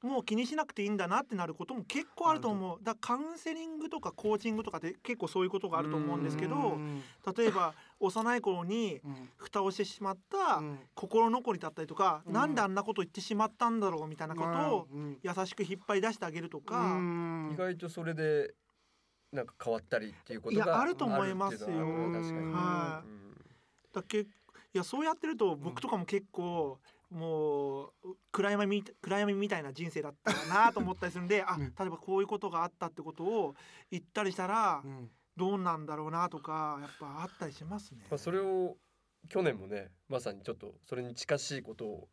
Speaker 2: もう気にしなくていいんだなってなることも結構あると思うだからカウンセリングとかコーチングとかって結構そういうことがあると思うんですけ
Speaker 1: う
Speaker 2: ど
Speaker 1: ん
Speaker 2: 例えば幼い頃に
Speaker 1: うん
Speaker 2: 蓋をしてしまっ
Speaker 1: う
Speaker 2: た
Speaker 1: ん
Speaker 2: 心残りだったりとか、
Speaker 1: うん
Speaker 2: なんであんなこと言ってしまったんだろうみたいなことを
Speaker 1: うん
Speaker 2: 優しく引っ張り出してあげるとか。
Speaker 1: うん
Speaker 3: 意外とそれでなんか変わったりっていうこと
Speaker 2: いや
Speaker 3: が
Speaker 2: あると思いますよ
Speaker 3: あるっていうのはあるね確かにね
Speaker 2: はだけいやそうやってると僕とかも結構、もう暗闇み暗闇みたいな人生だったかなと思ったりする んで、あ
Speaker 1: ね
Speaker 2: 例えばこういうことがあったってことを言ったりしたら
Speaker 1: うん
Speaker 2: どうなんだろうなとかやっぱあったりしますね。
Speaker 3: まあ、それを去年もねまさにちょっとそれに近しいことを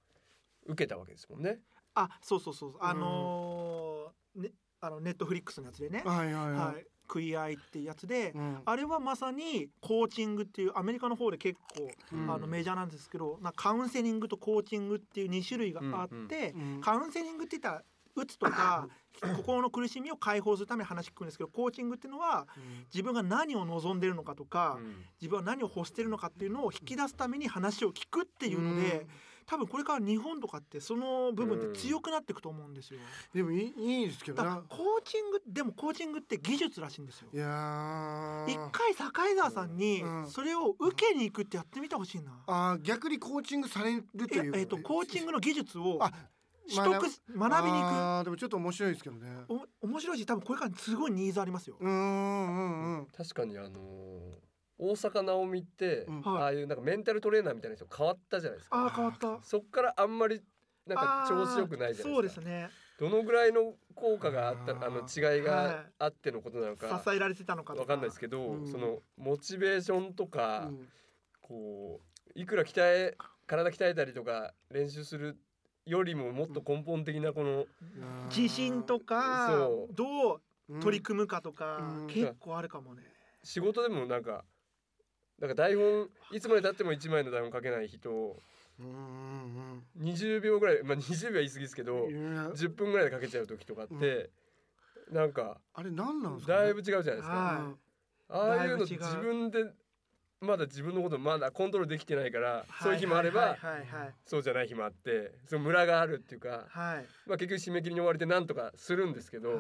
Speaker 3: 受けたわけですもんね。
Speaker 2: あそうそうそうあのーねあのネットフリックスのやつでね「
Speaker 1: はいはい
Speaker 2: は
Speaker 1: はい
Speaker 2: い、クイアイ」ってやつで、
Speaker 1: うん
Speaker 2: あれはまさにコーチングっていうアメリカの方で結構、
Speaker 1: うん
Speaker 2: あのメジャーなんですけどなんかカウンセリングとコーチングっていう2種類があって、
Speaker 3: うんうん
Speaker 1: うん
Speaker 2: カウンセリングって言ったらうつとか心の苦しみを解放するために話聞くんですけどコーチングっていうのは自分が何を望んでるのかとか、
Speaker 3: うん
Speaker 2: 自分は何を欲してるのかっていうのを引き出すために話を聞くっていうので、
Speaker 1: うん
Speaker 2: 多分これから日本とかってその部分で強くなっていくと思うんですよ。
Speaker 1: でもいいいいですけど
Speaker 2: だから
Speaker 1: な
Speaker 2: コーチングでもコーチングって技術らしいんですよ
Speaker 1: い。やー
Speaker 2: 一回堺沢さんに
Speaker 1: うん
Speaker 2: それを受けに行くってやってみてほしいな。
Speaker 1: あー逆にコーチングされると
Speaker 2: え
Speaker 1: いう
Speaker 2: えっとコーチン
Speaker 1: グ
Speaker 2: グの技術を
Speaker 1: あ
Speaker 2: 取得し学びに行
Speaker 1: あーでもちょっと面白いですけどね
Speaker 2: く。お面白いし多分これからすごいニーズありますよ。
Speaker 1: うーんうんうん
Speaker 3: 確かにあのー大坂なおみって、
Speaker 1: うん
Speaker 2: はい
Speaker 3: ああいうなんかメンタルトレーナーみたいな人変わったじゃないですか。
Speaker 2: ああ変わった。
Speaker 3: そっからあんまりなんか
Speaker 2: あ
Speaker 3: 調
Speaker 2: ー
Speaker 3: 子良くないじゃないですか。
Speaker 2: そうですね。
Speaker 3: どのぐらいの効果があった
Speaker 1: あー
Speaker 3: あの違い
Speaker 2: はい
Speaker 3: があってのことなのか、
Speaker 2: 支えられてたのかと
Speaker 3: わかんないですけど、
Speaker 1: うん
Speaker 3: そのモチベーションと
Speaker 1: う
Speaker 3: か、
Speaker 1: ん
Speaker 3: こういくら鍛え体鍛えたりとか練習するよりももっと根本的なこの、
Speaker 2: 自信とか
Speaker 3: そう
Speaker 2: どう
Speaker 1: うん
Speaker 2: 取り組むかとか
Speaker 1: うん
Speaker 2: 結構あるかもね。
Speaker 3: 仕事でもなんかなんか台本いつまでたっても1枚の台本書けない人
Speaker 1: うんうん
Speaker 3: 20秒ぐらいまあ20秒は言い過ぎですけど
Speaker 1: うんいや
Speaker 3: 10分ぐらいで書けちゃう時とかって、なんか
Speaker 1: あれ何なんですかね
Speaker 3: だいぶ違うじゃないですか。
Speaker 2: はい
Speaker 3: ああいう
Speaker 2: だ
Speaker 3: の
Speaker 2: いぶ違う
Speaker 3: 自分でまだ自分のことまだコントロールできてないからそういう日もあれば、
Speaker 2: はいはいはい
Speaker 3: そうじゃない日もあってそのムラがあるっていうか、
Speaker 2: はいはい。
Speaker 3: まあ、結局締め切りに追われてなんとかするんですけど、
Speaker 2: はい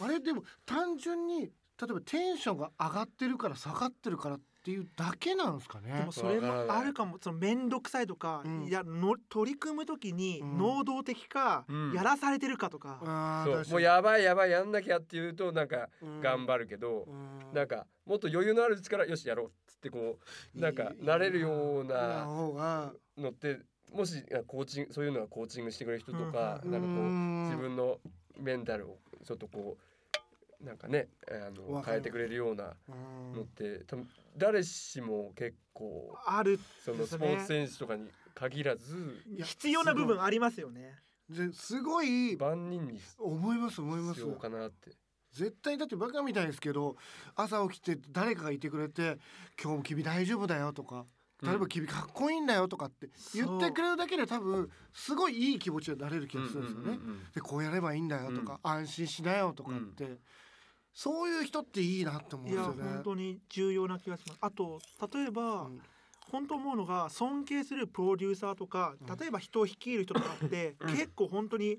Speaker 1: あれでも単純に例えばテンションが上がってるから下がってるからっていうだけなんですか
Speaker 2: で
Speaker 1: ね
Speaker 2: もそれもあるかもその面倒くさいとか、
Speaker 1: うん
Speaker 2: いやの取り組む時に
Speaker 1: うん
Speaker 2: 能動的か、
Speaker 3: うん
Speaker 2: やらされてるかとか、
Speaker 1: あ
Speaker 3: そうもうやばいやばいやんなきゃっていうとなんか頑
Speaker 1: る
Speaker 3: 張るけど、なんかもっと余裕のあるうちからよしやろうっつってこうなんか慣れるような
Speaker 1: 方が
Speaker 3: のってもしあコーチンそういうのがコーチングしてくれる人とか、
Speaker 1: うん
Speaker 3: な
Speaker 1: う
Speaker 3: んかこう
Speaker 1: ん
Speaker 3: 自分のメンタルをちょっとこうなんかねあの
Speaker 1: わかる
Speaker 3: 変えてくれるような
Speaker 1: うん
Speaker 3: のって多分誰しも結構
Speaker 2: ある
Speaker 3: そのスポーツ選手とかに限らず
Speaker 1: いや
Speaker 2: 必要な部分ありますよね。
Speaker 1: ですごい
Speaker 3: 万人に
Speaker 1: 思います思いま
Speaker 3: 必
Speaker 1: す
Speaker 3: 要かなって
Speaker 1: 絶対だってバカみたいですけど朝起きて誰かがいてくれて「今日も君大丈夫だよ」とか「
Speaker 3: うん
Speaker 1: 例えば君かっこいいんだよ」とかって言ってくれるだけで多分すごいいい気持ちになれる気がするんですよね。
Speaker 3: うんうんうん
Speaker 1: でこうやればいいんだよとか、安心しなよとかって、そういう人っていいなって思うん
Speaker 2: い
Speaker 1: で
Speaker 2: や
Speaker 1: すよね。
Speaker 2: 本当に重要な気がします。あと例えば、
Speaker 1: うん
Speaker 2: 本当思うのが尊敬するプロデューサーとか
Speaker 1: うん
Speaker 2: 例えば人を率いる人とかって、結構本当に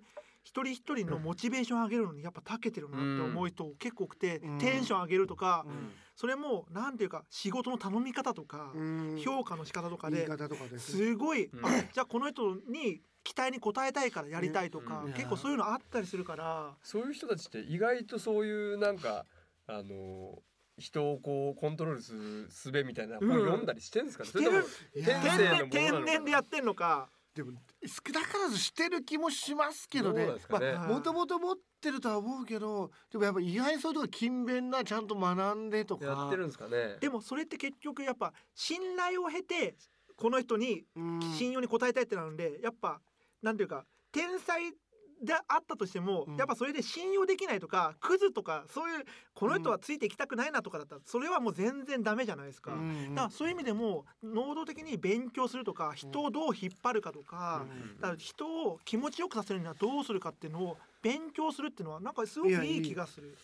Speaker 2: 一人一人のモチベーション上げるのにやっぱ長けてるなって思う人結構多くて、
Speaker 1: うん
Speaker 2: テンション上げるとか、
Speaker 1: うん
Speaker 2: それもなんていうか仕事の頼み方とか、
Speaker 1: うん
Speaker 2: 評価の仕方とか
Speaker 1: 言い
Speaker 2: で
Speaker 1: 方とかですね。
Speaker 2: すごい、
Speaker 3: うん
Speaker 2: あじゃあこの人に期待に応えたいからやりたいとか、
Speaker 1: うん
Speaker 2: 結構そういうのあったりするから、
Speaker 3: そういう人たちって意外とそういうなんかあの人をこうコントロールする術みたいな本
Speaker 2: うん
Speaker 3: 読んだりしてるんですかね、
Speaker 2: してる
Speaker 3: それとも
Speaker 1: いや
Speaker 3: 天
Speaker 2: 天
Speaker 3: 性
Speaker 1: ー
Speaker 3: のもの
Speaker 2: 然
Speaker 3: なの
Speaker 2: 天
Speaker 3: かな
Speaker 2: 然でやってんのか
Speaker 1: でも少なからずしてる気もしますけど
Speaker 3: どう
Speaker 1: ね
Speaker 3: なんですかね
Speaker 1: まあ、もともと持ってるとは思うけどでもやっぱ意外にそういうとこ勤勉なちゃんと学んでとか。
Speaker 3: やってるんですかね
Speaker 2: でもそれって結局やっぱ信頼を経てこの人に
Speaker 1: うん
Speaker 2: 信用に応えたいってなるんでやっぱなんていうか天才であったとしても、
Speaker 1: うん
Speaker 2: やっぱそれで信用できないとかクズとかそういうこの人はついていきたくないなとかだったらそれはもう全然ダメじゃないですか。
Speaker 1: うん
Speaker 2: だからそういう意味でも能動的に勉強するとか人をどう引っ張るかとか,、
Speaker 3: うん
Speaker 2: だから人を気持ちよくさせるにはどうするかっていうのを勉強するっていうのはなんかすごくいい気がする。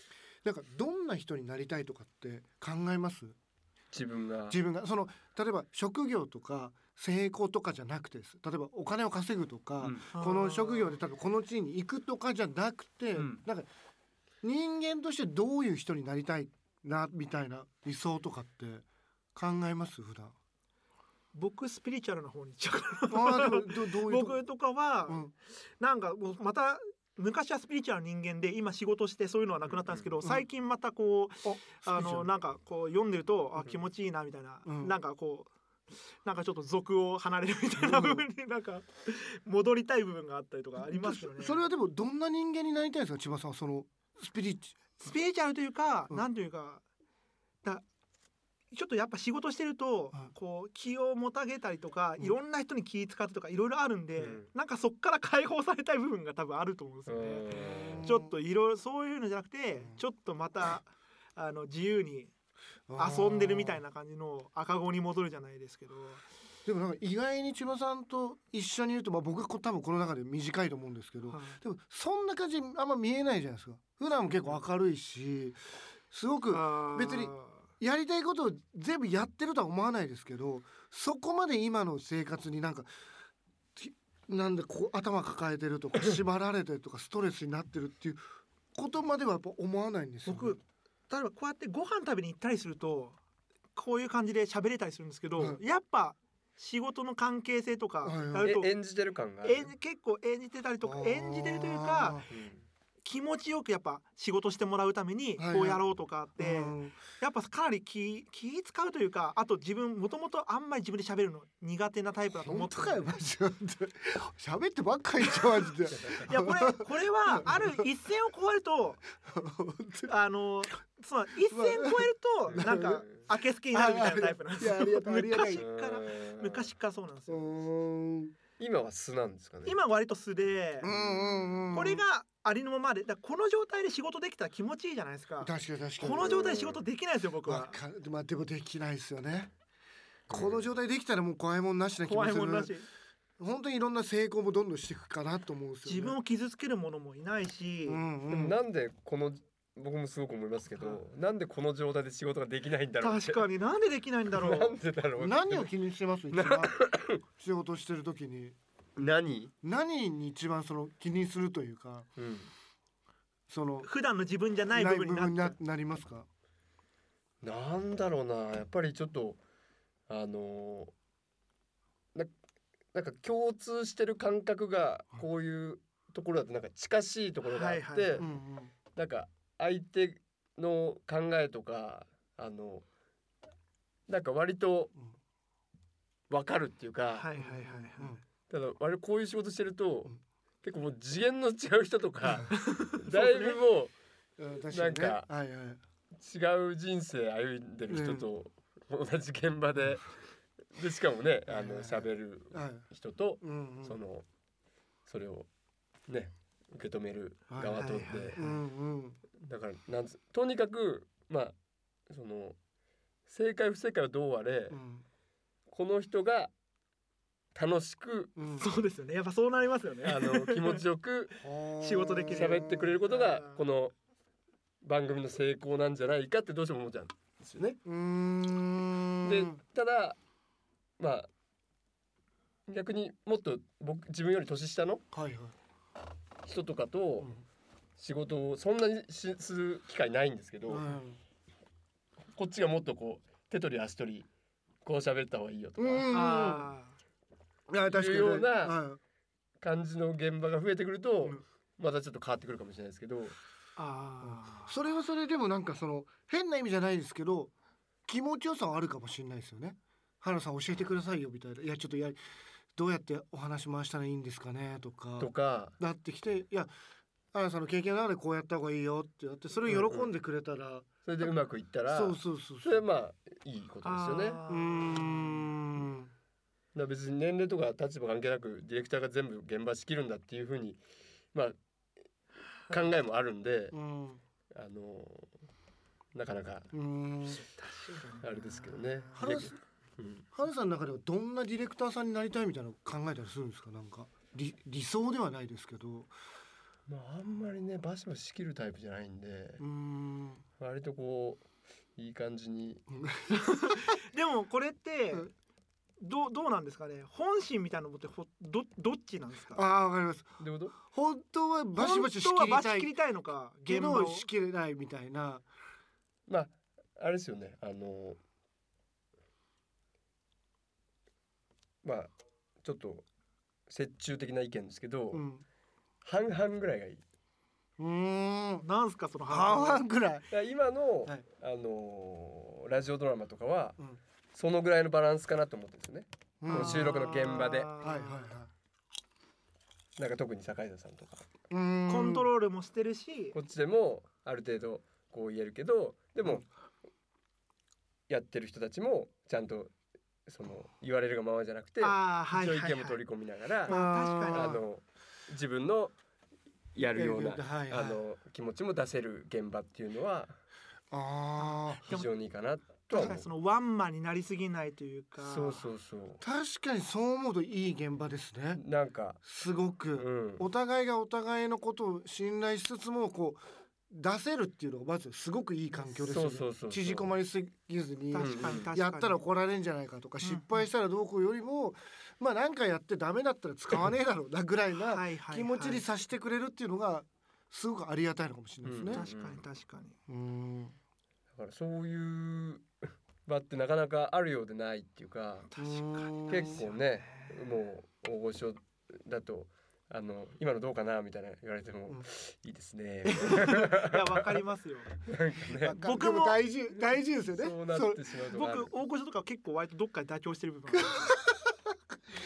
Speaker 1: なんかどんな人になりたいとかって考えます
Speaker 3: 自分が
Speaker 1: 自分がその例えば職業とか成功とかじゃなくてです例えばお金を稼ぐとか、
Speaker 3: うん
Speaker 2: あー
Speaker 1: この職業で多分この地位に行くとかじゃなくて、
Speaker 3: うん
Speaker 1: なんか人間としてどういう人になりたいなみたいな理想とかって考えます普段
Speaker 2: 僕スピリチュアルな方に行っちゃうから
Speaker 1: あー でもどどういうとこ
Speaker 2: 僕とかは、
Speaker 1: うん
Speaker 2: なんかもうまた昔はスピリチュアルな人間で今仕事してそういうのはなくなったんですけど、
Speaker 1: ん
Speaker 2: 最近またこう
Speaker 1: あ
Speaker 2: あのなんかこう読んでると、
Speaker 3: う
Speaker 2: あ
Speaker 3: ん
Speaker 2: 気持ちいいなみたいな、
Speaker 1: うん
Speaker 2: なんかこうなんかちょっと俗を離れるみたいな部分になんか戻りたい部分があったりとかありますよね。
Speaker 1: そそれはでもどんな人間になりたいですか千葉さんはそのスピリチ
Speaker 2: スピリチュアルというか、
Speaker 1: うん
Speaker 2: なんというかだちょっとやっぱ仕事してると、
Speaker 1: うん
Speaker 2: こう気をもたげたりとか、
Speaker 1: うん
Speaker 2: いろんな人に気使ってとかいろいろあるんで、
Speaker 3: うん
Speaker 2: なんかそっから解放されたい部分が多分あると思うんですよね。
Speaker 1: うん
Speaker 2: ちょっといろいろそういうのじゃなくて、
Speaker 1: うん
Speaker 2: ちょっとま たあの自由に
Speaker 1: あー
Speaker 2: 遊んでるみたいな感じの赤子に戻るじゃないですけど
Speaker 1: でもなんか意外に千葉さんと一緒にいると、まあ、僕はこ多分この中で短いと思うんですけど、
Speaker 2: はい
Speaker 1: でもそんな感じあんま見えないじゃないですか普段も結構明るいしすごく
Speaker 2: あー
Speaker 1: 別にやりたいことを全部やってるとは思わないですけどそこまで今の生活になんかひなんでこう頭抱えてるとか縛られてるとかストレスになってるっていうことまではやっぱ思わないんですよ、ね、
Speaker 2: 僕例えばこうやってご飯食べに行ったりするとこういう感じで喋れたりするんですけど、
Speaker 1: はい
Speaker 2: やっぱ仕事の関係性とか
Speaker 1: はいはい
Speaker 2: やると、
Speaker 3: え演じてる感がある
Speaker 2: 演じ結構演じてたりとか
Speaker 1: あー
Speaker 2: 演じてるというか気持ちよくやっぱ仕事してもらうために
Speaker 1: はい
Speaker 2: こうやろうとかっ
Speaker 1: う
Speaker 2: て、
Speaker 1: ん
Speaker 2: やっぱかなり気気使うというかあと自分もともとあんまり自分で喋るの苦手なタイプだと思
Speaker 1: 本
Speaker 2: って
Speaker 1: 当
Speaker 2: たん
Speaker 1: かよ
Speaker 2: で
Speaker 1: マジで本当に喋ってばっかりじゃんマジで
Speaker 2: いやこれこれはある一線を越えると
Speaker 1: 本当に
Speaker 2: あのその一線越える となんか明けすけになるみたいなタイプなんですよ
Speaker 1: いやありがたいありがたい
Speaker 2: 昔から昔からそうなんです
Speaker 1: うー
Speaker 2: よ
Speaker 1: ん
Speaker 3: 今は素なんですかね
Speaker 2: 今割と素で
Speaker 1: うんうんうん
Speaker 2: これがありのままでだからこの状態で仕事できたら気持ちいいじゃないですか
Speaker 1: 確かに確かに
Speaker 2: この状態で仕事できないですよ僕
Speaker 1: わ
Speaker 2: は
Speaker 1: かるまあでもできないですよねこの状態できたらもう怖いもんなしな気も
Speaker 2: 怖
Speaker 1: す
Speaker 2: い
Speaker 1: る
Speaker 2: もんだし
Speaker 1: 本当にいろんな成功もどんどんしていくかなと思うんですよ、ね、
Speaker 2: 自分を傷つける者もいないし
Speaker 1: うんうん
Speaker 3: でもなんでこの僕もすごく思いますけどなんでこの状態で仕事ができないんだろうって
Speaker 2: 確かになんでできないんだろ
Speaker 3: なん
Speaker 2: う
Speaker 3: でだろう
Speaker 1: 何を気にしてます一番仕事してる時に
Speaker 3: 何
Speaker 1: 何に一番その気にするというか
Speaker 3: うん
Speaker 1: その
Speaker 2: 普段の自分じゃない部分になっちゃう
Speaker 1: ななりますか
Speaker 3: なんだろうなやっぱりちょっとあのーななんか共通してる感覚が
Speaker 1: はい
Speaker 3: こういうところだとなんか近しいところがあって、
Speaker 2: はいは
Speaker 1: うんうん
Speaker 3: なんか相手の考えとかあのなんか割と
Speaker 1: うん
Speaker 3: 分かるっていうか、
Speaker 2: はいはいはいはい
Speaker 3: ただ割とこういう仕事してると、
Speaker 1: うん
Speaker 3: 結構もう次元の違う人 とかだいぶも
Speaker 1: うん確かにね
Speaker 3: なんか
Speaker 1: はいはいう
Speaker 3: 違う人生歩んでる人と同じ現場で、でしかもねあの喋る
Speaker 1: はい
Speaker 3: 人と
Speaker 1: うんうん
Speaker 3: そのそれをね受け止める側と
Speaker 2: はいはいは
Speaker 3: っ
Speaker 2: い
Speaker 3: て
Speaker 1: うんうん
Speaker 3: だからなんつとにかくまあその正解不正解はどうあれ
Speaker 1: うん
Speaker 3: この人が楽しく
Speaker 1: うん
Speaker 2: そうですよねやっぱそうなりますよね
Speaker 3: あの気持ちよく
Speaker 2: 仕事できる
Speaker 3: 喋ってくれることが
Speaker 2: うん
Speaker 3: この番組の成功なんじゃないかってどうしても思っちゃうんですよね。
Speaker 1: うーん
Speaker 3: でただまあ逆にもっと僕自分より年下の
Speaker 1: はいはい
Speaker 3: 人とか
Speaker 1: う
Speaker 3: と
Speaker 1: ん
Speaker 3: 仕事をそんなにしする機会ないんですけど、
Speaker 1: うん
Speaker 3: こっちがもっとこう手取り足取りこう喋った方がいいよと
Speaker 1: うんうん
Speaker 3: か
Speaker 1: うん
Speaker 2: あ
Speaker 1: いや確かにね
Speaker 3: いうような
Speaker 1: は
Speaker 3: 感じの現場が増えてくると
Speaker 1: うん
Speaker 3: またちょっと変わってくるかもしれないですけど
Speaker 2: ーあ
Speaker 1: いそれはそれでもなんかその変な意味じゃないですけど気持ちよさはあるかもしれないですよね原さん教えてくださいよみたいないやちょっとやどうやってお話回したらいいんですかねとか
Speaker 3: とか
Speaker 1: なってきていや原さんの経験の中でこうやった方がいいよってやってそれを喜んでくれたら、
Speaker 3: それでうまくいったら
Speaker 1: そうそうそう
Speaker 3: そ
Speaker 1: そ
Speaker 3: れ
Speaker 1: う
Speaker 3: はまあいいことですよね。だか
Speaker 1: うーん
Speaker 3: ら別に年齢とか立場関係なくディレクターが全部現場仕切るんだっていうふうにまあ考えもあるんで
Speaker 1: うん
Speaker 3: あのなかなか
Speaker 1: うん
Speaker 3: あれですけどね。
Speaker 1: ハルス
Speaker 3: うん
Speaker 1: ハルさんの中ではどんなディレクターさんになりたいみたいなの考えたりするんですかなんか理理想ではないですけど
Speaker 3: まああんまりねバシバシ仕切るタイプじゃないんで
Speaker 1: うん
Speaker 3: 割とこういい感じに
Speaker 2: でもこれって
Speaker 1: うん
Speaker 2: どうどうなんですかね本心みたいなのってほどどっちなんです
Speaker 1: あ
Speaker 2: か
Speaker 1: あわかります
Speaker 3: どういうこ
Speaker 1: 本当はバシバシ仕
Speaker 2: 本
Speaker 1: 切
Speaker 2: 当
Speaker 1: り
Speaker 2: はバ
Speaker 1: た
Speaker 2: シ
Speaker 1: い
Speaker 2: 切りたいのか
Speaker 1: け
Speaker 2: 現場
Speaker 1: ど
Speaker 2: を
Speaker 1: 仕切れないみたいな
Speaker 3: とまああれですよねあのまあちょっと折衷的な意見ですけど、
Speaker 1: うん
Speaker 3: 半々ぐらいがいい。
Speaker 1: うん
Speaker 2: なんすかその
Speaker 1: 半々ぐらい
Speaker 3: だから今の、
Speaker 1: はい
Speaker 3: あのーラジオドラマとかは、
Speaker 1: うん
Speaker 3: そのぐらいのバランスかなと思ってるんですよね。
Speaker 1: うん
Speaker 3: この収録の現場
Speaker 1: はいは
Speaker 2: あー
Speaker 3: で
Speaker 1: いはい
Speaker 3: なんか特に坂井田さんとか
Speaker 1: うん
Speaker 2: コントロールもしてるし
Speaker 3: こっちでもある程度こう言えるけどでも、
Speaker 1: うん
Speaker 3: やってる人たちもちゃんとその言われるがままじゃなくて、
Speaker 2: あーはい
Speaker 3: 一応
Speaker 2: はい
Speaker 3: 意
Speaker 2: は
Speaker 3: 見も取
Speaker 2: い
Speaker 3: り込みながら、
Speaker 2: あ確か
Speaker 3: あ
Speaker 2: に
Speaker 3: の自分のやるよう
Speaker 1: やる
Speaker 3: な、
Speaker 1: ようなはいはい
Speaker 3: あの気持ちも出せる現場っていうのは
Speaker 1: あー
Speaker 3: 非常にいいかなとは
Speaker 2: 確
Speaker 3: 思
Speaker 2: か
Speaker 3: う
Speaker 2: にそ。のワンマンになりすぎないというか
Speaker 3: そうそうそう。
Speaker 1: 確かにそう思うといい現場ですね
Speaker 3: なんか、
Speaker 1: すご
Speaker 3: う
Speaker 1: く、
Speaker 3: ん、
Speaker 1: お互いがお互いのことを信頼しつつもこう出せるっていうのがまずすごくいい環境ですよね
Speaker 3: そうそうそうそう
Speaker 1: 縮こまりすぎずに
Speaker 2: 確かに確かに
Speaker 1: やったら怒られるんじゃないかとか
Speaker 2: うん
Speaker 1: 失敗したらどうこうよりも、まあ何かやってダメだったら使わねえだろうなぐらいな
Speaker 2: はいはい
Speaker 1: 気持ちにさせてくれるっていうのがすごくありがたいのかもしれないですね。
Speaker 3: うん
Speaker 2: 確かに確かに
Speaker 1: うん
Speaker 3: だからそういう場ってなかなかあるようでないっていうか
Speaker 2: 確かに
Speaker 3: 結構ねもう大御所だとあの今のどうかなみたいな言われても、
Speaker 1: うん
Speaker 3: いいですね
Speaker 2: いやわか りますよ
Speaker 3: なんかね
Speaker 1: 僕も
Speaker 2: 僕も
Speaker 1: 大事大事ですよね。
Speaker 3: そうなっ
Speaker 1: そう
Speaker 3: てしまうとかある
Speaker 2: 僕大御所とか結構割とどっかで妥協してる部分ある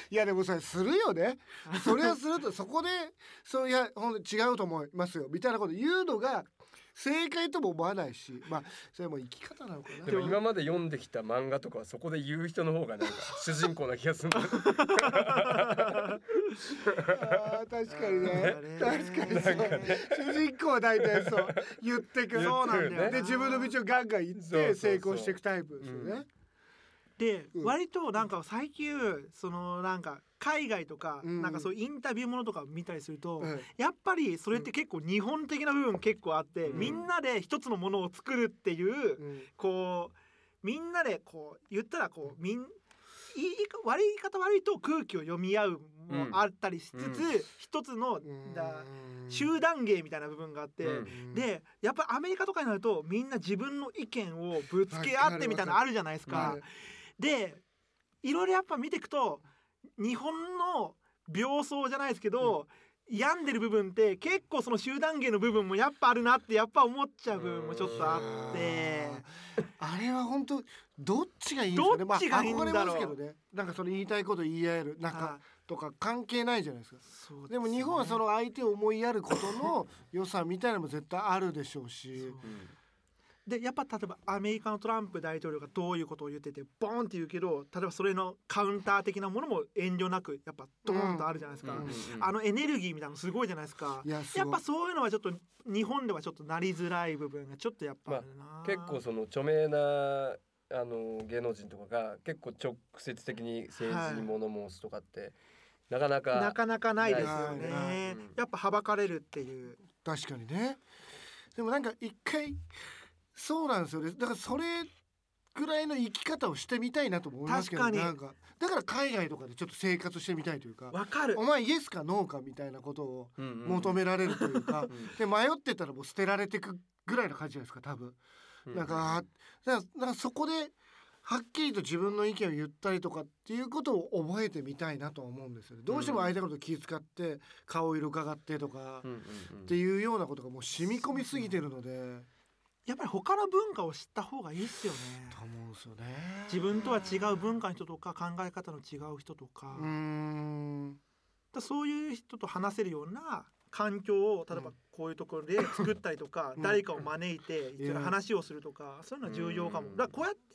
Speaker 1: いやでもさするよね。それをするとそこでそういやほんと違うと思いますよみたいなこと言うのが正解とも思わないし、まあそれも生き方なのかな。
Speaker 3: でも今まで読んできた漫画とかはそこで言う人の方がなんか主人公な気がするんだ
Speaker 1: あー確かに ね確かにそう
Speaker 2: なんかね
Speaker 1: 主人公は大体そう言ってくる
Speaker 2: そうなんだよ
Speaker 3: 言ってるね
Speaker 2: な
Speaker 1: で自分の道をガンガン行っ
Speaker 3: そうそうそ
Speaker 1: て
Speaker 3: う
Speaker 1: 成功していくタイプですよね。
Speaker 2: で、
Speaker 1: うん
Speaker 2: 割となんか最近そのなんか海外とか、
Speaker 1: うん
Speaker 2: なんかそういうインタビューものとか見たりすると、
Speaker 1: うん
Speaker 2: やっぱりそれって結構日本的な部分結構あって、
Speaker 3: うん
Speaker 2: みんなで一つのものを作るっていう、
Speaker 1: うん
Speaker 2: こうみんなでこう言ったらこうみんいい悪い言い方悪いと空気を読み合う
Speaker 3: うん
Speaker 2: もあったりしつつ、
Speaker 3: うん
Speaker 2: 一つの
Speaker 1: うん
Speaker 2: だ集団芸みたいな部分があって。
Speaker 3: うん
Speaker 2: でやっぱりアメリカとかになるとみんな自分の意見をぶつけ合ってみたいなのあるじゃないです
Speaker 1: は
Speaker 2: か
Speaker 1: い。
Speaker 2: でいろいろやっぱ見ていくと日本の病巣じゃないですけど、病んでる部分って結構その集団芸の部分もやっぱあるなってやっぱ思っちゃう部分もちょっとあって
Speaker 1: あれは本当どっちがいいんですかね。
Speaker 2: どっちがいいんだろう
Speaker 1: まあ、憧れますけどね。なんかその言いたいこと言い合える
Speaker 2: あ
Speaker 1: 仲とか関係ないじゃないですか。
Speaker 2: そうすね
Speaker 1: でも日本はその相手を思いやることの良さみたいなのも絶対あるでしょうし。
Speaker 3: うん
Speaker 2: でやっぱ例えばアメリカのトランプ大統領がどういうことを言っててボーンって言うけど例えばそれのカウンター的なものも遠慮なくやっぱドーンとあるじゃないですか、
Speaker 3: うんうんうん
Speaker 2: あのエネルギーみたいなのすごいじゃないですか
Speaker 1: いやす
Speaker 2: やっ
Speaker 1: ごい
Speaker 2: ぱそういうのはちょっと日本ではちょっとなりづらい部分がちょっとやっぱあるな、
Speaker 3: 結構その著名なあの芸能人とかが結構直接的に政治に物申すとかって、なかなか
Speaker 2: なかなかないですよ
Speaker 1: ないない
Speaker 2: ね
Speaker 3: うん
Speaker 2: やっぱはばかれるっていう
Speaker 1: 確かにねでもなんか一回そうなんですよねだからそれぐらいの生き方をしてみたいなとも思いますけど
Speaker 2: 確かに
Speaker 1: なんかだから海外とかでちょっと生活してみたいという か
Speaker 2: わかる
Speaker 1: お前イエスかノーかみたいなことを
Speaker 3: うんうんうん
Speaker 1: 求められるというか、
Speaker 3: うん
Speaker 1: で迷ってたらもう捨てられてくぐらいの感じじゃないですか多分。
Speaker 3: う
Speaker 1: なんかあだからなんかそこではっきりと自分の意見を言ったりとかっていうことを覚えてみたいなとは思うんですよね。どうしても相手のこと気遣って顔色伺ってとか
Speaker 3: うんうんうん
Speaker 1: っていうようなことがもう染み込みすぎてるので、
Speaker 2: やっぱり他の文化を知った方がいいっすよね
Speaker 1: と思うんですよね。
Speaker 2: 自分とは違う文化の人とか考え方の違う人とか,、
Speaker 1: うーん
Speaker 2: そういう人と話せるような環境を例えば
Speaker 1: うん
Speaker 2: こういうところで作ったりとか、
Speaker 1: うん
Speaker 2: 誰かを招いて一緒に
Speaker 1: うん
Speaker 2: 話をするとかそういうのは重要かも、
Speaker 3: うん
Speaker 2: だからこうやって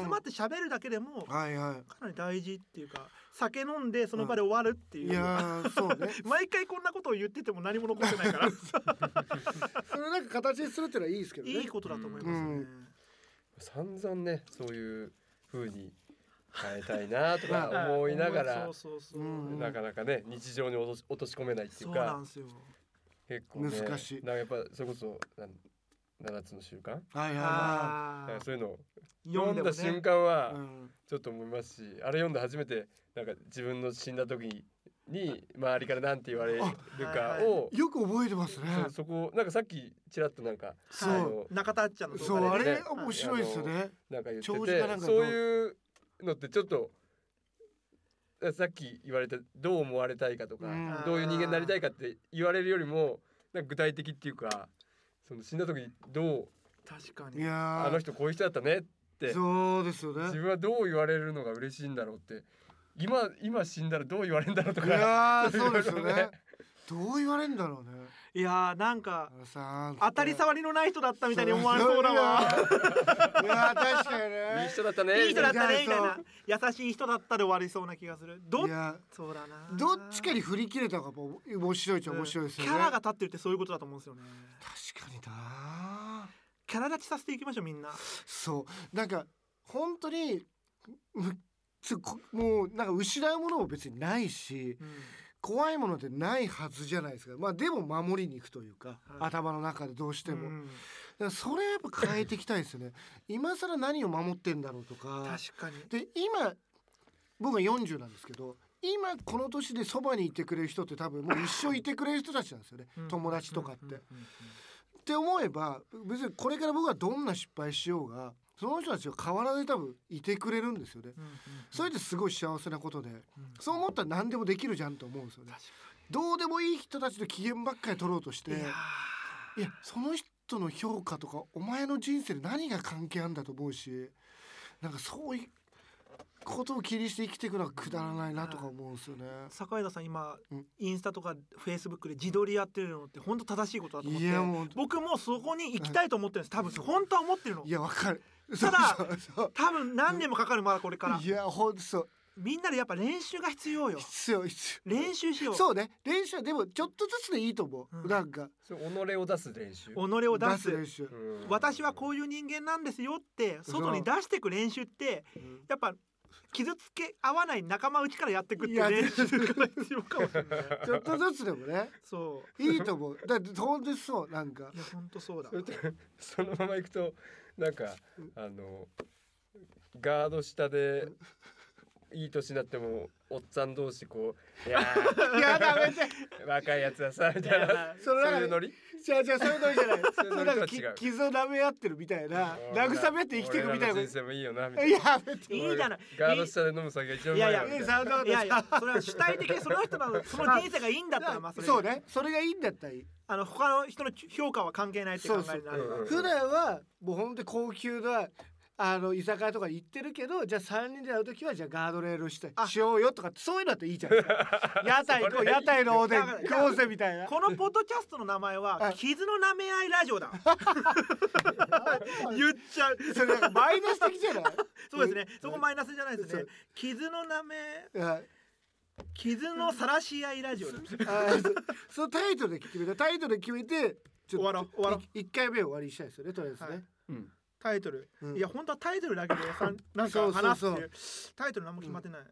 Speaker 2: 集まって喋るだけでもか
Speaker 1: はいはい
Speaker 2: なり大事っていうか酒飲んでその場で終わるっていう、
Speaker 1: いやーそう ね
Speaker 2: 毎回こんなことを言ってても何も残っ てないから
Speaker 1: それなんか形にするっていうのはいいですけどね
Speaker 2: いいことだと思いますね、
Speaker 1: うん
Speaker 3: 散々ねそういう風に変えたいなとか思いながら
Speaker 2: そうそうそう、
Speaker 1: うん
Speaker 3: なかなかね日常に落とし落とし込めないってい
Speaker 2: そううなん
Speaker 3: か
Speaker 2: ですよ
Speaker 3: 結構、ね、
Speaker 1: 難しい
Speaker 3: なんかやっぱそれこそなん7つの習慣
Speaker 1: はいは
Speaker 2: あ
Speaker 3: なん
Speaker 2: ー
Speaker 3: かそういうのを
Speaker 2: 読
Speaker 3: 読
Speaker 2: ん
Speaker 3: ん
Speaker 2: で
Speaker 3: だ
Speaker 2: も
Speaker 3: 瞬
Speaker 2: ね
Speaker 3: 間
Speaker 1: いはい、う
Speaker 3: は
Speaker 1: ん、
Speaker 3: ちょっと思いますし、あれ読んで初めてなんか自分の死んだ時に周りからなんて言われるかを
Speaker 1: よく覚えてますね
Speaker 3: そそこなんかさっきちらっとなんか
Speaker 1: そう
Speaker 3: あの
Speaker 2: 中田あっちゃんの動
Speaker 1: そうあ
Speaker 2: 画でね
Speaker 1: れ
Speaker 3: ね
Speaker 1: 面白いですよね
Speaker 3: なんか言って
Speaker 1: 長寿かな
Speaker 3: て
Speaker 1: んか
Speaker 3: そういうのってちょっとさっき言われたどう思われたいかとか、
Speaker 1: うん
Speaker 3: どういう人間になりたいかって言われるよりもなんか具体的っていうかその死んだ時にどう
Speaker 2: 確か
Speaker 1: い
Speaker 2: に
Speaker 1: やー
Speaker 3: あの人こういう人だったねって
Speaker 1: そうですよ
Speaker 3: 自
Speaker 1: ね
Speaker 3: 分はどう言われるのが嬉しいんだろうって今今死んだらどう言われるんだろうと
Speaker 1: い
Speaker 3: か
Speaker 1: やー
Speaker 3: そ
Speaker 1: そうう
Speaker 3: で
Speaker 1: ですすよ
Speaker 3: よね
Speaker 1: ねどう言われんだろうね
Speaker 2: いやーなんか
Speaker 1: あのさ
Speaker 2: 当たり障りのない人だったみたいに思われそうだわ
Speaker 1: いやー確かにね
Speaker 3: いい人だったね
Speaker 2: いい人だったね
Speaker 1: い
Speaker 2: み
Speaker 1: い
Speaker 2: たい
Speaker 1: 人
Speaker 2: な
Speaker 1: だ
Speaker 2: 優しい人だったで終わりそうな気がするど
Speaker 1: いや
Speaker 2: そうだな
Speaker 1: どっちかに振り切れた方が面白いっちゃ面白いですよね
Speaker 2: キャラが立ってるってそういうことだと思うんですよね
Speaker 1: 確かにな
Speaker 2: キャラ立ちさせていきましょうみんな
Speaker 1: そうなんか本当にむつこもうなんか失うものも別にないし
Speaker 2: うん
Speaker 1: 怖いものってないはずじゃないですかまあでも守りに行くというか、
Speaker 2: はい
Speaker 1: 頭の中でどうしても、
Speaker 2: うん
Speaker 1: だからそれはやっぱ変えていきたいですよね今更何を守ってんだろうとか
Speaker 2: 確かに
Speaker 1: で今僕は40なんですけど今この年でそばにいてくれる人って多分もう一生いてくれる人たちなんですよね 友達とかって。
Speaker 2: うんうんうんうん
Speaker 1: って思えば別にこれから僕はどんな失敗しようがその人たちは変わらず多分いてくれるんですよね。
Speaker 2: うんうん
Speaker 1: それってすごい幸せなことで
Speaker 2: うん
Speaker 1: そう思ったら何でもできるじゃんと思うんですよね。どうでもいい人たちの機嫌ばっかり取ろうとして
Speaker 2: いや
Speaker 1: いやその人の評価とかお前の人生で何が関係あんだと思うしなんかそういうことを気にして生きていくのはくだらないなとか思うんですよね。
Speaker 2: ー坂井田さん今
Speaker 1: うん
Speaker 2: インスタとかフェイスブックで自撮りやってるのって本当正しいことだと思っ
Speaker 1: い
Speaker 2: て
Speaker 1: やもう
Speaker 2: 僕もそこに行きたいと思ってるんです多分本当は思ってるの
Speaker 1: いやわかる。
Speaker 2: ただ
Speaker 1: そうそう
Speaker 2: 多分何年もかかるまだこれから
Speaker 1: そういやほんとそう
Speaker 2: みんなでやっぱ練習が必要よ
Speaker 1: 必要必要。
Speaker 2: 練習しよう
Speaker 1: そうね練習はでもちょっとずつでいいと思う、
Speaker 2: うん
Speaker 1: なんか
Speaker 3: そう己を出す練習
Speaker 2: 己を出す
Speaker 1: 練習、
Speaker 3: うん
Speaker 2: 私はこういう人間なんですよって外に出してく練習ってやっぱ傷つけ合わない仲間内からやってくっていう
Speaker 1: いや
Speaker 2: 練習が必要かもしれない
Speaker 1: ちょっとずつでもね
Speaker 2: そ
Speaker 1: いいと思うだってほんとそうなんか
Speaker 2: ういや本当そうだ
Speaker 3: それとそのまま行くとなんかあのガード下でいい年になってもおっさん同士こう「いや
Speaker 1: いやダメて
Speaker 3: ー若いやつはさ」みたい
Speaker 2: いや
Speaker 3: な
Speaker 1: そ
Speaker 3: そう
Speaker 1: れな
Speaker 3: いうん
Speaker 1: か
Speaker 3: ノリ
Speaker 1: じゃあじゃあそういうのじゃない
Speaker 3: そういう
Speaker 1: そ
Speaker 3: ノ
Speaker 1: う
Speaker 3: リと
Speaker 1: な
Speaker 3: は
Speaker 1: ん
Speaker 3: 違う
Speaker 1: かき傷を舐め合ってるみたいな慰めて生きていくみたいなこ
Speaker 3: 俺らの人生もいいよなみ
Speaker 1: と
Speaker 3: たいな。
Speaker 1: やめて
Speaker 2: いいじゃない
Speaker 3: ガード下で飲む酒が一番う
Speaker 2: い
Speaker 3: ま
Speaker 2: や
Speaker 3: い
Speaker 2: いや
Speaker 3: よみたいな。
Speaker 1: サウンド
Speaker 2: いやいやそれは主体的にその人のその人生がいいんだったらまあそれで
Speaker 1: そうねそれがいいんだったらいい
Speaker 2: あの他の人の評価は関係ないって考えになる
Speaker 3: そうそううん
Speaker 1: 普段はもうほんと高級なあの居酒屋とか行ってるけどじゃあ3人で会う時はじゃあガードレールして
Speaker 2: あ
Speaker 1: しようよとかってそういうのだっていい じゃん屋台行こう屋台のおでん
Speaker 2: だから
Speaker 1: 食おうぜみたいな
Speaker 2: このポッドキャストの名前
Speaker 1: は
Speaker 2: はい「傷の舐め合いラジオ」だ言っちゃう
Speaker 1: それなんかマイナス的じゃない
Speaker 2: そうですねそこマイナスじゃないです
Speaker 1: そ
Speaker 2: ね
Speaker 1: う
Speaker 2: 傷の舐め
Speaker 1: はい
Speaker 2: 傷の晒し合いラジオだ
Speaker 1: あーそそのタイトルで決めてタイトルで決めてち
Speaker 2: 終わろう終わろう
Speaker 1: 1回目を終わりにしたいですよねとりあえずね、
Speaker 2: はい
Speaker 3: うん
Speaker 2: タイトル
Speaker 1: うん
Speaker 2: いや本当はタイトルだけでさんなん
Speaker 1: そう
Speaker 2: か
Speaker 1: そう
Speaker 2: 話す
Speaker 1: そう
Speaker 2: っていうタイトル何も決まってない